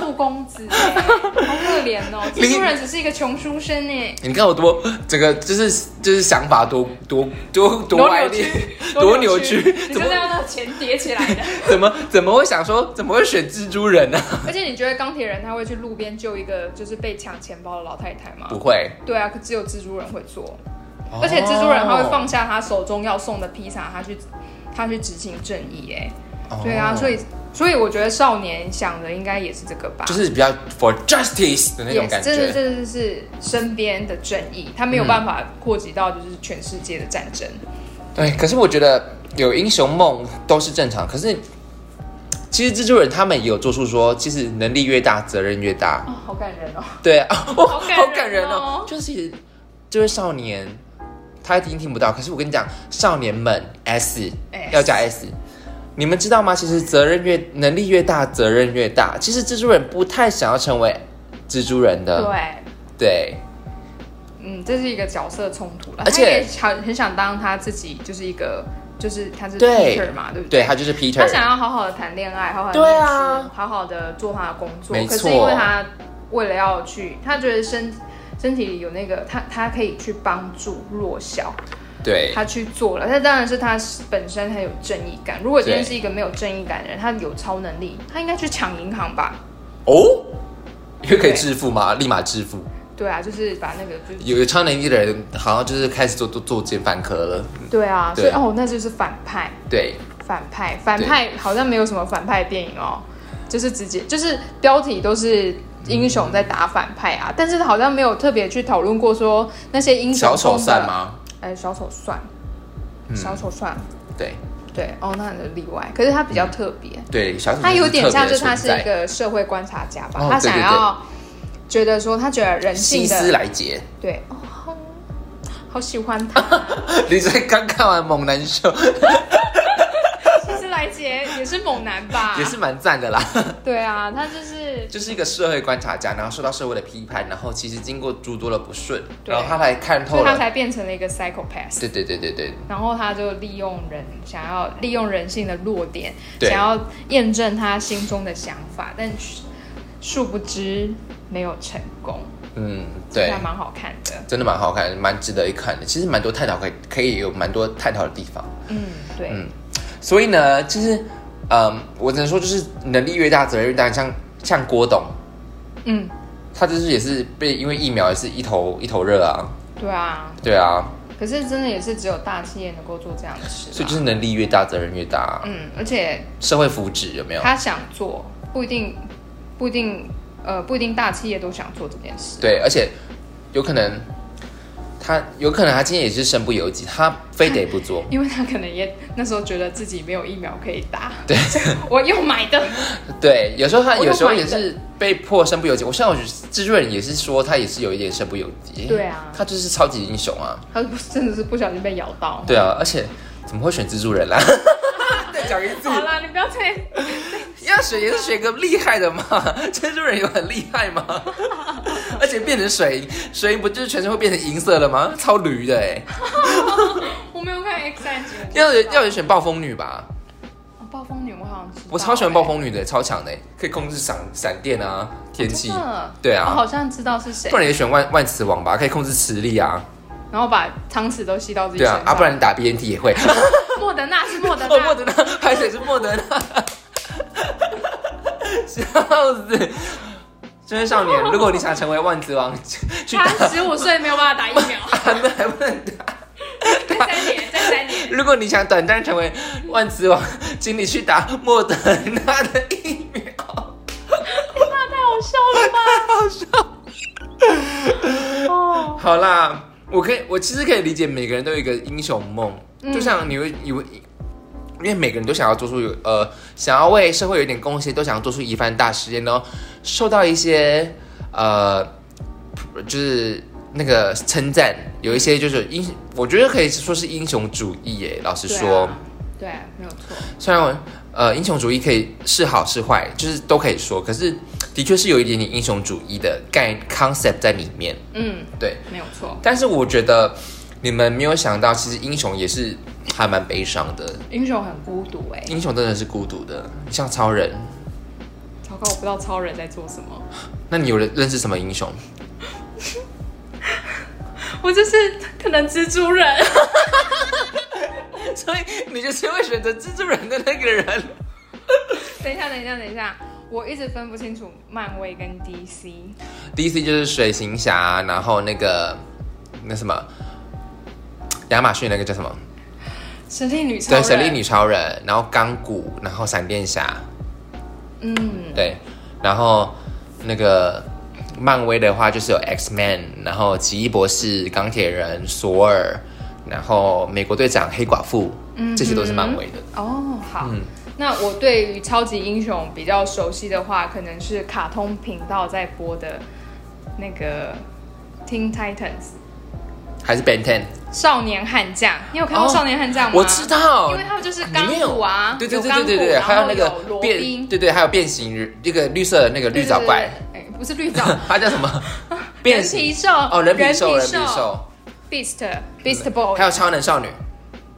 B: 副公子哎、好可怜哦，
A: 你
B: 蜘蛛人只是一个穷书生
A: <laughs>
B: 哎、
A: 你看我多整个就是就是想法多多多多
B: 多
A: 歪
B: 扭
A: 力
B: 曲， <laughs>
A: 多扭 <laughs> 曲，怎
B: 你就
A: 么
B: 是要那钱叠起来的。
A: <laughs> 怎么怎么会想说怎么会选蜘蛛人呢、
B: 而且你觉得钢铁人他会去路边救一个就是被抢钱包的老太太吗？
A: 不会，
B: 对啊，可只有蜘蛛人会做。
A: 哦
B: 而且蜘蛛人他会放下他手中要送的披萨，他去他去执行正义、哎、
A: 哦，
B: 对啊，所
A: 以
B: 以所以我觉得少年想的应该也是这个吧，
A: 就是比较 for justice 的那种
B: Yes，
A: 感
B: 这是
A: 觉。
B: 这是是身边的正义，他没有
A: 嗯
B: 办法扩及到就是全世界的战争。
A: 对，可是我觉得有英雄梦都是正常。可是其实蜘蛛人他们也有做出说，其实能力越大，责任越大。
B: 哦，好感人哦！
A: 对啊，
B: <laughs> 好
A: <laughs>
B: 感人哦
A: 哦！就是其实这位少年，他一定听不到。可是我跟你讲，少年们 S
B: 哎
A: 要加 S，你们知道吗？其实责任越能力越大，责任越大。其实蜘蛛人不太想要成为蜘蛛人的，
B: 对，
A: 对
B: 嗯，这是一个角色冲突了，
A: 而且
B: 他也想很想当他自己，就是一一个就是他是
A: 对
B: Peter 嘛，对不
A: 对，他就是 Peter
B: 他。想要好好的谈恋爱，好好的
A: 对啊，
B: 好好的做他的工作。
A: 没错
B: 可是因为他为了要去，他觉得身身体里有那个，他他可以去帮助弱小，
A: 对，
B: 他去做了。那当然是他本身很有正义感。如果今天
A: 对
B: 是一个没有正义感的人，他有超能力，他应该去抢银行吧？
A: 哦，因为可以致富嘛，立马致富。
B: 对啊，就是把那个就是
A: 有有超能力的人，好像就是开始做做做奸犯科了。
B: 对啊，所以
A: 对
B: 哦，那就是反派。
A: 对，
B: 反派，反派好像没有什么反派电影哦，就是直接就是标题都是英雄在打反派啊，但是好像没有特别去讨论过说那些英雄
A: 小丑
B: 中的
A: 算？吗？嗯
B: 哎，小丑算，小丑算，
A: 对
B: 对哦，那很例外，可是他比较特别，
A: 对，小丑
B: 他有点像是
A: 特别
B: 他
A: 的
B: 是
A: 存在
B: 一个社会观察家吧，
A: 哦
B: 他
A: 对
B: 想
A: 对对
B: 要觉得说他觉得人性
A: 希斯
B: 的
A: 莱杰。
B: 对哦。好好喜欢他，
A: <laughs> 你在刚看完《猛男秀》
B: 啊希斯莱杰也是猛男吧？
A: 也是蛮赞的啦， <laughs>
B: 对啊，他就是
A: 就是一个社会观察家，然后受到社会的批判，然后其实经过诸多的不顺，
B: 对
A: 然后他才看
B: 所
A: 透
B: 以他
A: 了。
B: 才变成了一个 psychopath。
A: 对对对对对，
B: 然后他就利用人，想要利用人性的弱点，
A: 对
B: 想要验证他心中的想法，但殊殊不知没有成功，
A: 嗯
B: 所以
A: 对
B: 还，蛮好看的。
A: 真的蛮好看，蛮值得一看的。其实蛮多探讨可以可以有蛮多探讨的地方。
B: 嗯，对，
A: 嗯所以呢，就是，嗯，我只能说，就是能力越大，责任越大。像像郭董，
B: 嗯，
A: 他就是也是被因为疫苗也是一头一头热啊，
B: 对啊。
A: 对啊，
B: 可是真的也是只有大企业能够做这样的事吧，
A: 所以就是能力越大，责任越大啊，
B: 嗯，而且
A: 社会福祉有没有？
B: 他想做，不一定，不一定，呃，不一定大企业都想做这件事。。
A: 对，而且有可能他有可能他今天也是身不由己，他非得不做
B: 因为他可能也那时候觉得自己没有疫苗可以打，对， <laughs> 我又买的，
A: 对，有时候他
B: 我有
A: 有时候
B: 买
A: 也
B: 的
A: 是被迫身不由己。我像我制作人也是说他也是有一点身不由己，
B: 对啊
A: 他就是超级英雄啊，
B: 他真的是不小心被咬到。
A: 对啊，而且怎么会选蜘蛛
B: <laughs>
A: 人啦、啊再讲一次，
B: 好啦，你不要再
A: 要选也是选个厉害 <laughs> 的嘛，蜘蛛人有很厉害吗？
B: <laughs>
A: 而且变成水银，水银不就是全身会变成银色的吗？超驴的哎、
B: 我没有看 X 战警，
A: 要有要有选暴风女吧，
B: 哦暴风女，我好像知道欸
A: 我超喜欢暴风女的，超强的、欸可以控制闪闪电啊，天气
B: 真，的哦
A: 对
B: 我
A: 啊，
B: 好像知道是谁
A: 不，然也选万万磁王吧，可以控制磁力啊，
B: 然后把汤匙都吸到自己
A: 对
B: 身上。
A: 啊，啊不然你打 BNT 也
B: <laughs>
A: 会，
B: 莫德纳是莫德
A: 哦莫
B: 纳，
A: 德纳，拍谁是莫德纳？ <laughs> 笑死！真的少年，如果你想成为万磁王， <laughs> 去打
B: 他十五岁没有办法打疫
A: <laughs>
B: 苗，
A: 他们还不能打。啊
B: 再三年，再三年。
A: <laughs> 如果你想短暂成为万磁王，请你去打莫德纳的疫苗。
B: 那太好笑
A: <laughs>
B: 了吧？好笑。哦，
A: <laughs> 好啦，我可以，我其实可以理解每个人都有一个英雄梦，
B: 嗯
A: 就像你会以为。因为每个人都想要做出有呃，想要为社会有一点贡献，都想要做出一番大事业，然后受到一些呃，就是那个称赞，有一些就是英，我觉得可以说是英雄主义耶。老实
B: 对啊
A: 说，，
B: 对啊，没有错。
A: 虽然我呃英雄主义可以是好是坏，就是都可以说，可是的确是有一点点英雄主义的概 concept 在里面。
B: 嗯，
A: 对，
B: 没有错。
A: 但是我觉得你们没有想到，其实英雄也是还蛮悲伤的，
B: 英雄很孤独哎、
A: 英雄真的是孤独的，像超 <laughs> 人。
B: 糟糕，我不知道超人在做什么。
A: 那你有人认识什么英雄？
B: 我就是可能蜘蛛人，
A: 所以你就是会选择蜘蛛人的那个 <laughs> 人。
B: 等一下，等一下，等一下，我一直分不清楚漫威跟 DC。
A: DC 就是水行侠，然后那个那什么亚马逊那个叫什么？
B: 神力女超
A: 对，
B: 人，
A: 神力，女超人，然后钢骨，然后闪电侠。
B: 嗯，
A: 对，然后那个漫威的话就是有 X Man，然后奇异博士、钢铁人、索尔，然后美国队长、黑寡妇，
B: 嗯
A: 这些都是
B: 哼
A: 漫威的。
B: 哦，好。
A: 嗯
B: 那我对于超级英雄比较熟悉的话，可能是卡通频道在播的那个《Teen Titans
A: 还是 Ben Ten，》
B: 少年悍将。你有看过
A: 哦
B: 《少年悍将》吗？
A: 我知道
B: 因为，他们就是
A: 里
B: 钢
A: 面有
B: 骨啊，
A: 对对
B: 有
A: 对
B: 钢
A: 对
B: 骨
A: 对对，
B: 然后
A: 还有那个
B: 罗
A: 变，
B: 宾，
A: 对对，还有变形人，那个绿色的那个绿藻怪， <laughs>
B: 对，对对哎，不是绿藻，
A: 它叫什么？ <laughs> 变
B: <laughs> 人皮
A: 形
B: 兽
A: 哦，人皮兽，人
B: 人皮
A: 皮兽，
B: Beast Beast Boy，
A: 还有超能少女，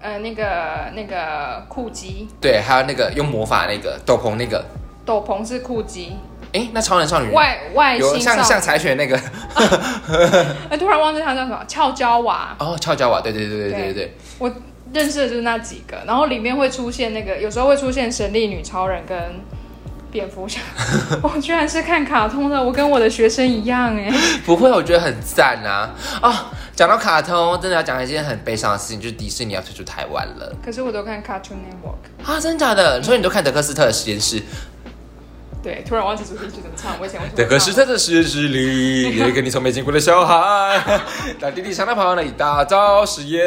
B: 呃，那个那个酷鸡，
A: 对，还有那个用魔法那个斗篷那个，
B: 斗篷是酷鸡，
A: 哎，那超能少女
B: 外外
A: 有
B: 星少
A: 像像柴犬那个 <laughs>
B: 哎，突然忘记他叫什么，俏娇娃。
A: 哦，俏娇娃，对对对对对对
B: 对
A: 对。
B: 我认识的就是那几个，然后里面会出现那个，有时候会出现神力女超人跟蝙蝠
A: <laughs>
B: 侠。我居然是看卡通的，我跟我的学生一样哎、
A: 不会，我觉得很赞啊！啊、讲到卡通，真的要讲一件很悲伤的事情，就是迪士尼要退出台湾了
B: <laughs> 可是我都看 Cartoon Network。
A: 啊！真的假的？所以你都看德克斯特的实验室？
B: 对，突然忘记主题曲怎么唱，我以前会
A: <laughs> 德克斯特的实验室里有一个你从没见过的小孩， <laughs> 他弟弟常常跑到那里打造实
B: <laughs>
A: 验。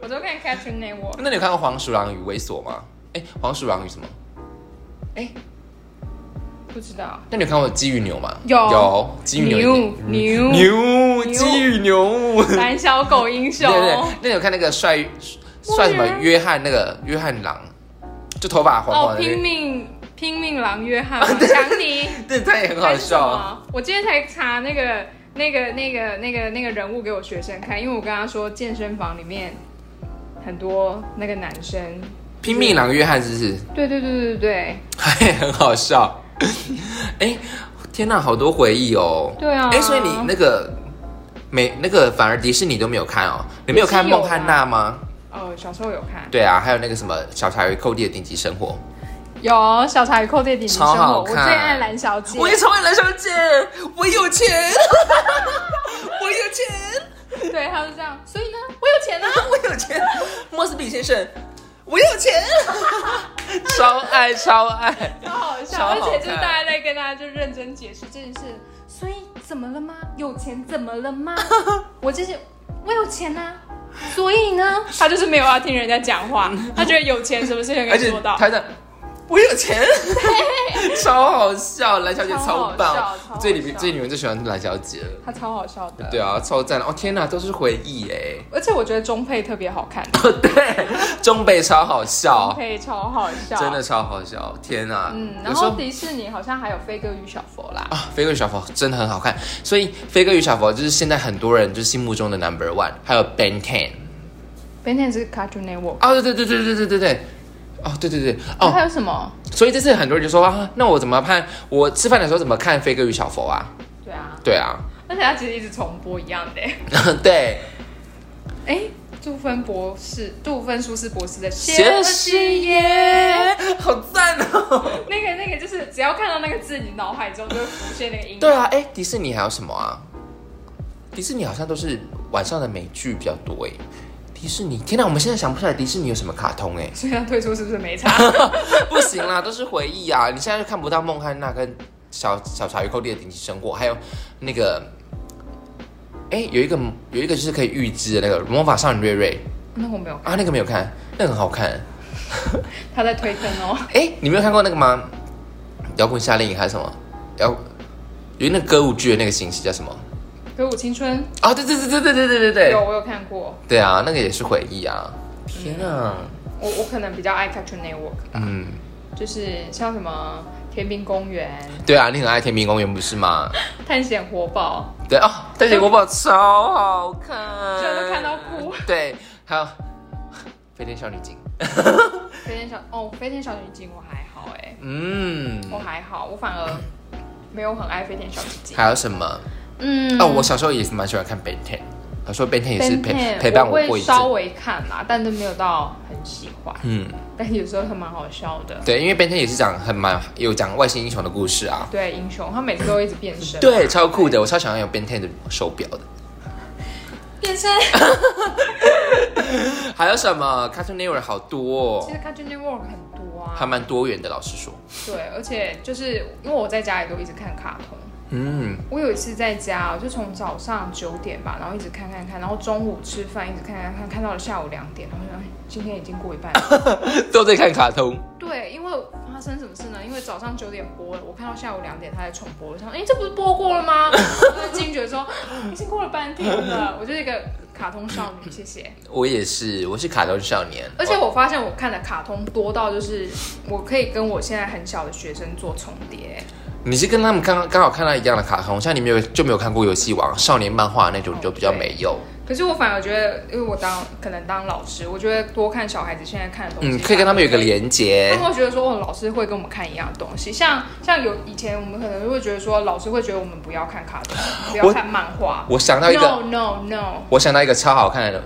B: 我都看 Cartoon Network。
A: 那你有看过《黄鼠狼与猥琐》吗？哎，《黄鼠狼与什么？
B: 哎、不知道。
A: 那你有看过《鸡与牛》吗？
B: 有
A: 有，《鸡与牛》嗯 <laughs>
B: 牛
A: 牛，
B: 牛
A: 鸡与牛。
B: <laughs> 胆小狗英雄哦
A: 对对对，那你有看那个帅帅什么
B: 我原来
A: 约翰那个约翰狼，就头发黄
B: 哦
A: 黄，的、那个啊
B: 拼命拼命狼约翰，我想你。
A: 对，他也很好
B: 还哎是什
A: 笑。啊
B: 么？我今天才查那个、那个、那个、那个、那个人物给我学生看，因为我跟他说健身房里面很多那个男生，
A: 拼命狼约翰是不是？
B: 对对对对对
A: 他也很好笑。 <laughs> 哎、天哪，好多回忆哦。
B: 对啊
A: 哎、所以你那个美那个反而迪士尼都没有看哦，你没有看
B: 也是有
A: 孟汉娜吗？
B: 哦，小时候有看，
A: 对啊，还有那个什么《小茶与寇弟的顶级生活
B: 有《小茶与寇弟》顶级生
A: 超好
B: 活，我最
A: 看
B: 爱蓝小》，姐。
A: 我也超爱蓝小姐，我有钱， <laughs> 我有钱，
B: 对，他是这样，所以呢，我有钱啊，
A: 我有钱，莫斯比先生，我有钱，超爱超爱，
B: 超好笑，
A: 超好
B: 而
A: 看
B: 且就是大家在跟大家就认真解释这件事，所以怎么了吗？有钱怎么了 <laughs> 吗？我就是我有钱呐、所以呢，嗯他就是没有要听人家讲话，他觉得有钱什么事情都
A: 而
B: 可以
A: 且
B: 做到。
A: 他的我有钱，超好笑，蓝小姐超
B: 超
A: 棒
B: 好笑超，好
A: 最里
B: 笑
A: 最女人最喜欢蓝小姐了，
B: 他超好笑的，
A: 对啊，超赞的，哦天哪，都是回忆哎。
B: 而且我觉得中配特别好看，
A: 对，中北超好
B: 中
A: 笑，
B: 配超好笑，
A: 真的。超好笑，天啊！
B: 嗯，
A: 有
B: 然
A: 时候
B: 后迪士尼好像还有《飞哥与小佛》啦，
A: 啊，飞哥与小佛真的很好看，所以飞哥与小佛就是现在很多人就是心目中的 number one，还有 Ben Ten，
B: 《Ben 10是 Cartoon Network，
A: 哦，对对对对对对对对。哦，对对对，
B: 然后还
A: 哦，
B: 有什么？
A: 所以这次很多人就说啊，那我怎么看？我吃饭的时候怎么看《飞哥与小佛》啊？
B: 对啊，
A: 对啊， <laughs>
B: 而且他其实一直重播一样的欸。
A: 对，
B: 哎，杜芬博士，杜芬舒斯博士的《
A: 谢
B: 誓
A: 师
B: 言》，
A: 爷，好赞哦！
B: 那个那个就是只要看到那个字，你脑海中就会浮现那个音。
A: 对，啊，哎，迪士尼还有什么啊？迪士尼好像都是晚上的美剧比较多哎。迪士尼，天哪，我们现在想不出来迪士尼有什么卡通哎。 <laughs>
B: 所以他退出是不是没差？
A: 不行啦，都是回忆啊！你现在就看不到孟汉娜跟小小茶鱼寇弟的顶级生活，还有那个，哎、有一个有一个就是可以预知的那个魔法少女瑞瑞
B: 那我没有，
A: 啊，那个没有看，那个很好看。
B: 他在推坑哦。
A: 哎、你没有看过那个吗？摇滚夏令营还是什么？摇有那个歌舞剧的那个形式叫什么？
B: 歌舞青春
A: 啊，对对对对对对对对对
B: 有
A: 对，
B: 我有看过，
A: 对啊，那个也是回忆啊！天啊，
B: 我我可能比较爱 Cartoon Network，
A: 嗯，
B: 就是像什么《天兵公园
A: 对啊，你很爱《天平公园》不是吗？》
B: 《探险活宝
A: 对哦，《大姐国宝》超好看，
B: 居然都看到哭。
A: 对，还有《飞天小女警》，》
B: 《飞天小哦《飞天小女警》我还好哎、
A: 嗯，
B: 我还好，我反而没有很爱《飞天小女警》。
A: 还有什么？
B: 嗯
A: 哦，我小时候也是蛮喜欢看 Ben Ten，我说 Ben Ten 也是
B: Ben
A: 陪
B: Ten，
A: 陪伴我过
B: 会
A: 一阵
B: 稍。微看啦，但是没有到很喜欢，
A: 嗯，
B: 但有时候还蛮好笑的。
A: 对，因为 Ben Ten 也是讲很蛮有讲外星英雄的故事啊，
B: 对，英雄他每次都一直变身，
A: 对，超酷的，我超想要有 Ben Ten 的手表的。
B: 变身。
A: 还有什么 Cartoon Network 好多、
B: 其
A: 哦，
B: 实 Cartoon Network 很多
A: 还
B: 啊，
A: 蛮多元的，老实说。
B: 对，而且就是因为我在家里都一直看卡通。
A: 嗯， <laughs>
B: 我有一次在家，就从早上九点吧，然后一直看看看，然后中午吃饭一直看看看，看到了下午两点，然后想哎今天已经过一半了。
A: 都在看卡通，
B: 对，因为发生什么事呢？因为早上九点播了，我看到下午两点他在重播，我想，哎、这不是播过了吗？我就惊觉说，已经过了半天了。我就是一个卡通少女，谢谢。
A: 我也是，我是卡通少年，
B: 而且我发现我看的卡通多到就是我可以跟我现在很小的学生做重叠，
A: 你是跟他们刚刚好看到一样的卡通，像你没有就没有看过《游戏王》少年漫画那种，就比较没有。
B: 可是我反而觉得，因为我当可能当老师，我觉得多看小孩子现在看的东西，
A: 嗯，可以跟他们有一个连
B: 他
A: 接。
B: 们会觉得说，哦，老师会跟我们看一样的东西，像像有以前我们可能会觉得说，老师会觉得我们不要看卡通，
A: 我
B: 不要看漫画。
A: 我想到一个，
B: No no no！
A: 我想到一个超好看的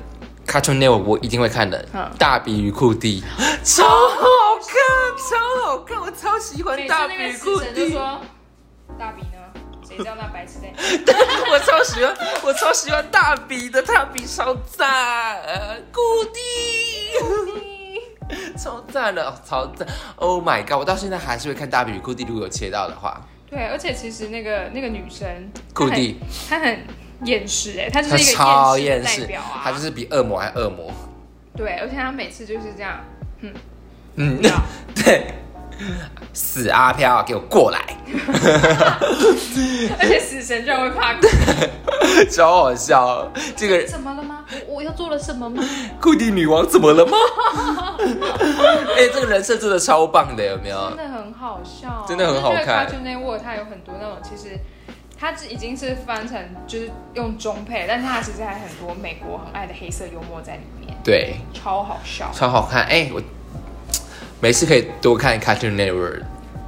A: Cartoon Network，我一定会看的
B: 嗯
A: 《大比与酷弟》，
B: 哦
A: 超好看，超好看，我超喜欢
B: 每
A: 《
B: 次
A: 大
B: 那
A: 比
B: 个
A: 与
B: 死
A: 酷
B: 神就
A: 弟》，
B: 说：“大比呢？谁知道那白痴 <laughs> 在？
A: <laughs> 我超喜欢，我超喜欢大比的，大比超赞，酷弟 <laughs> 超赞的，哦超赞！Oh my god，我到现在还是会看《大比与酷弟》，如果有切到的话，
B: 对，而且其实那个那个女生
A: 酷弟。，
B: 她很她很厌世哎、她就
A: 他
B: 是一
A: 超
B: 个
A: 厌
B: 世代
A: 世
B: 表啊，，
A: 他就是比恶魔还恶魔。
B: 对，而且她每次就是这样，
A: 嗯
B: 你知，道
A: <laughs> 对，死阿飘，啊给我过来， <laughs>
B: 而且死神居然会
A: <laughs>
B: 怕鬼，
A: 超好笑。这个
B: 怎么了吗？我我又做了什么吗？
A: 库蒂女王怎么了吗？ <laughs> 哎、这个人设真的超棒的，有没有
B: 真？的很好笑，
A: 呃 <laughs> 真的很好看
B: 我就觉得 Cartoon Network 它有很多那种其实。它已经是翻成就是用中配，但是它其实还很多美国很爱的黑色幽默在里面，
A: 对，
B: 超好笑。
A: 超好看。哎、我每次可以多看 Cartoon Network。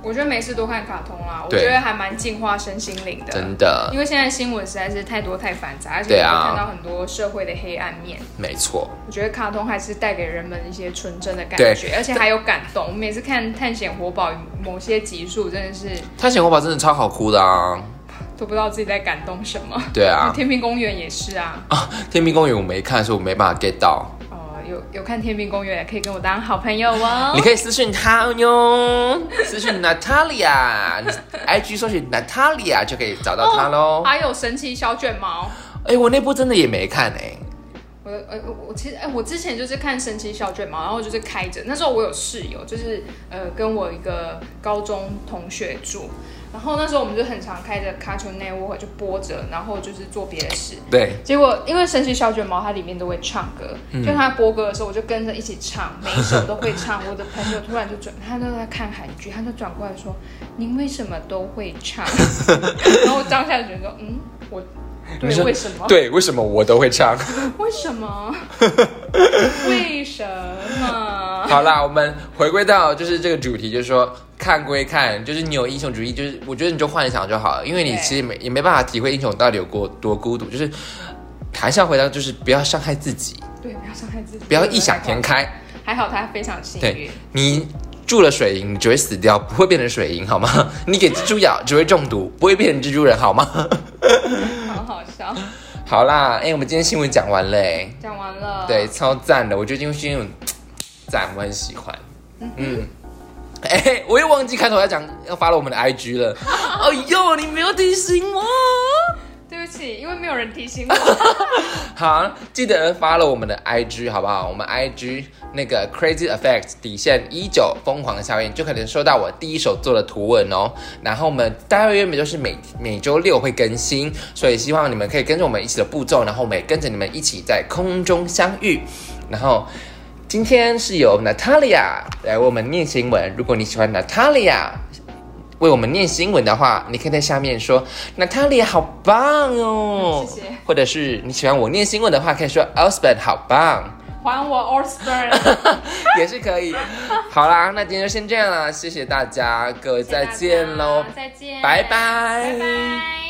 B: 我我觉得没事多看卡通啊啦，我
A: 对
B: 觉得还蛮净化身心灵的。
A: 真的，
B: 因为现在新闻实在是太多太繁杂，而且
A: 对
B: 你会
A: 啊
B: 看到很多社会的黑暗面。
A: 没错。
B: 我觉得卡通还是带给人们一些纯真的感
A: 对
B: 觉，而且还有感动。我每次看《探险活宝》某些集数，真的是
A: 探险活宝真的超好哭的啊！
B: 都不知道自己在感动什么。
A: 对
B: <laughs>
A: 啊，
B: 天命公园也是啊，
A: 天命公园我没看，所以我没办法 get 到。
B: 哦、有有看天命公园，可以跟我当好朋友
A: 你
B: 哦。
A: 可以私讯他哟，私讯 Natalia，IG 搜寻 Natalia 就可以找到他喽。哎、
B: 哦还有神奇小卷毛，
A: 我那部真的也没看哎、
B: 我呃我我其实哎、我之前就是看神奇小卷毛，然后就是开着，那时候我有室友，就是呃跟我一个高中同学住，然后那时候我们就很常开着 Cartoon Network 就播着，然后就是做别的事。
A: 对，
B: 结果因为神奇小卷毛它里面都会唱歌，
A: 嗯
B: 就它播歌的时候我就跟着一起唱，每一首都会唱。我的朋友突然就转，他都在看韩剧，他就转过来说：“您为什么都会唱？” <laughs> 然后我当下就觉得说：“嗯，我对
A: 你说
B: 为什么？
A: 对，为什么我都会唱？
B: 为什 <laughs> 么？为什 <laughs> 么？
A: 好啦，我们回归到就是这个主题，就是说看归看，就是你有英雄主义，就是我觉得你就幻想就好了，因为你
B: 对
A: 其实没也没办法体会英雄到底有多多孤独，就是还是要回到就是不要伤害自己，
B: 对，不要伤害自己，
A: 不要异想天开。
B: 还好他非常幸运
A: 对，你住了水银，你只会死掉，不会变成水银好吗？ <laughs> 你给蜘蛛咬只会中毒，不会变成蜘蛛人好吗？ <laughs>
B: 好好笑。
A: 好啦，哎、我们今天新闻讲完哎嘞、
B: 讲完了，
A: 对，，超赞的，我觉得今天新闻赞，我很喜欢。嗯，哎、我又忘记开头要讲要发了我们的 IG <laughs> 了。哎呦，你没有提醒我。
B: 对不起，因为没有人提醒我。
A: 好，记得发了我们的 IG 好不好？我们 IG 那个 Crazy Effect 底线一九疯狂效应，就可能收到我第一手做的图文哦。然后我们大约每就是每每周六会更新，所以希望你们可以跟着我们一起的步骤，然后我们也跟着你们一起在空中相遇。然后今天是由 Natalia 来为我们念新闻。如果你喜欢 Natalia 为我们念新闻的话，你可以在下面说 Natalia 好棒哦，
B: 谢谢
A: 或者是你喜欢我念新闻的话，可以说 Elspeth 好棒，
B: 还我 Orster，
A: <laughs> 也是可以。好啦，那今天就先这样啦，谢谢大家，各位再见喽，
B: 再见，
A: 拜拜
B: 拜拜。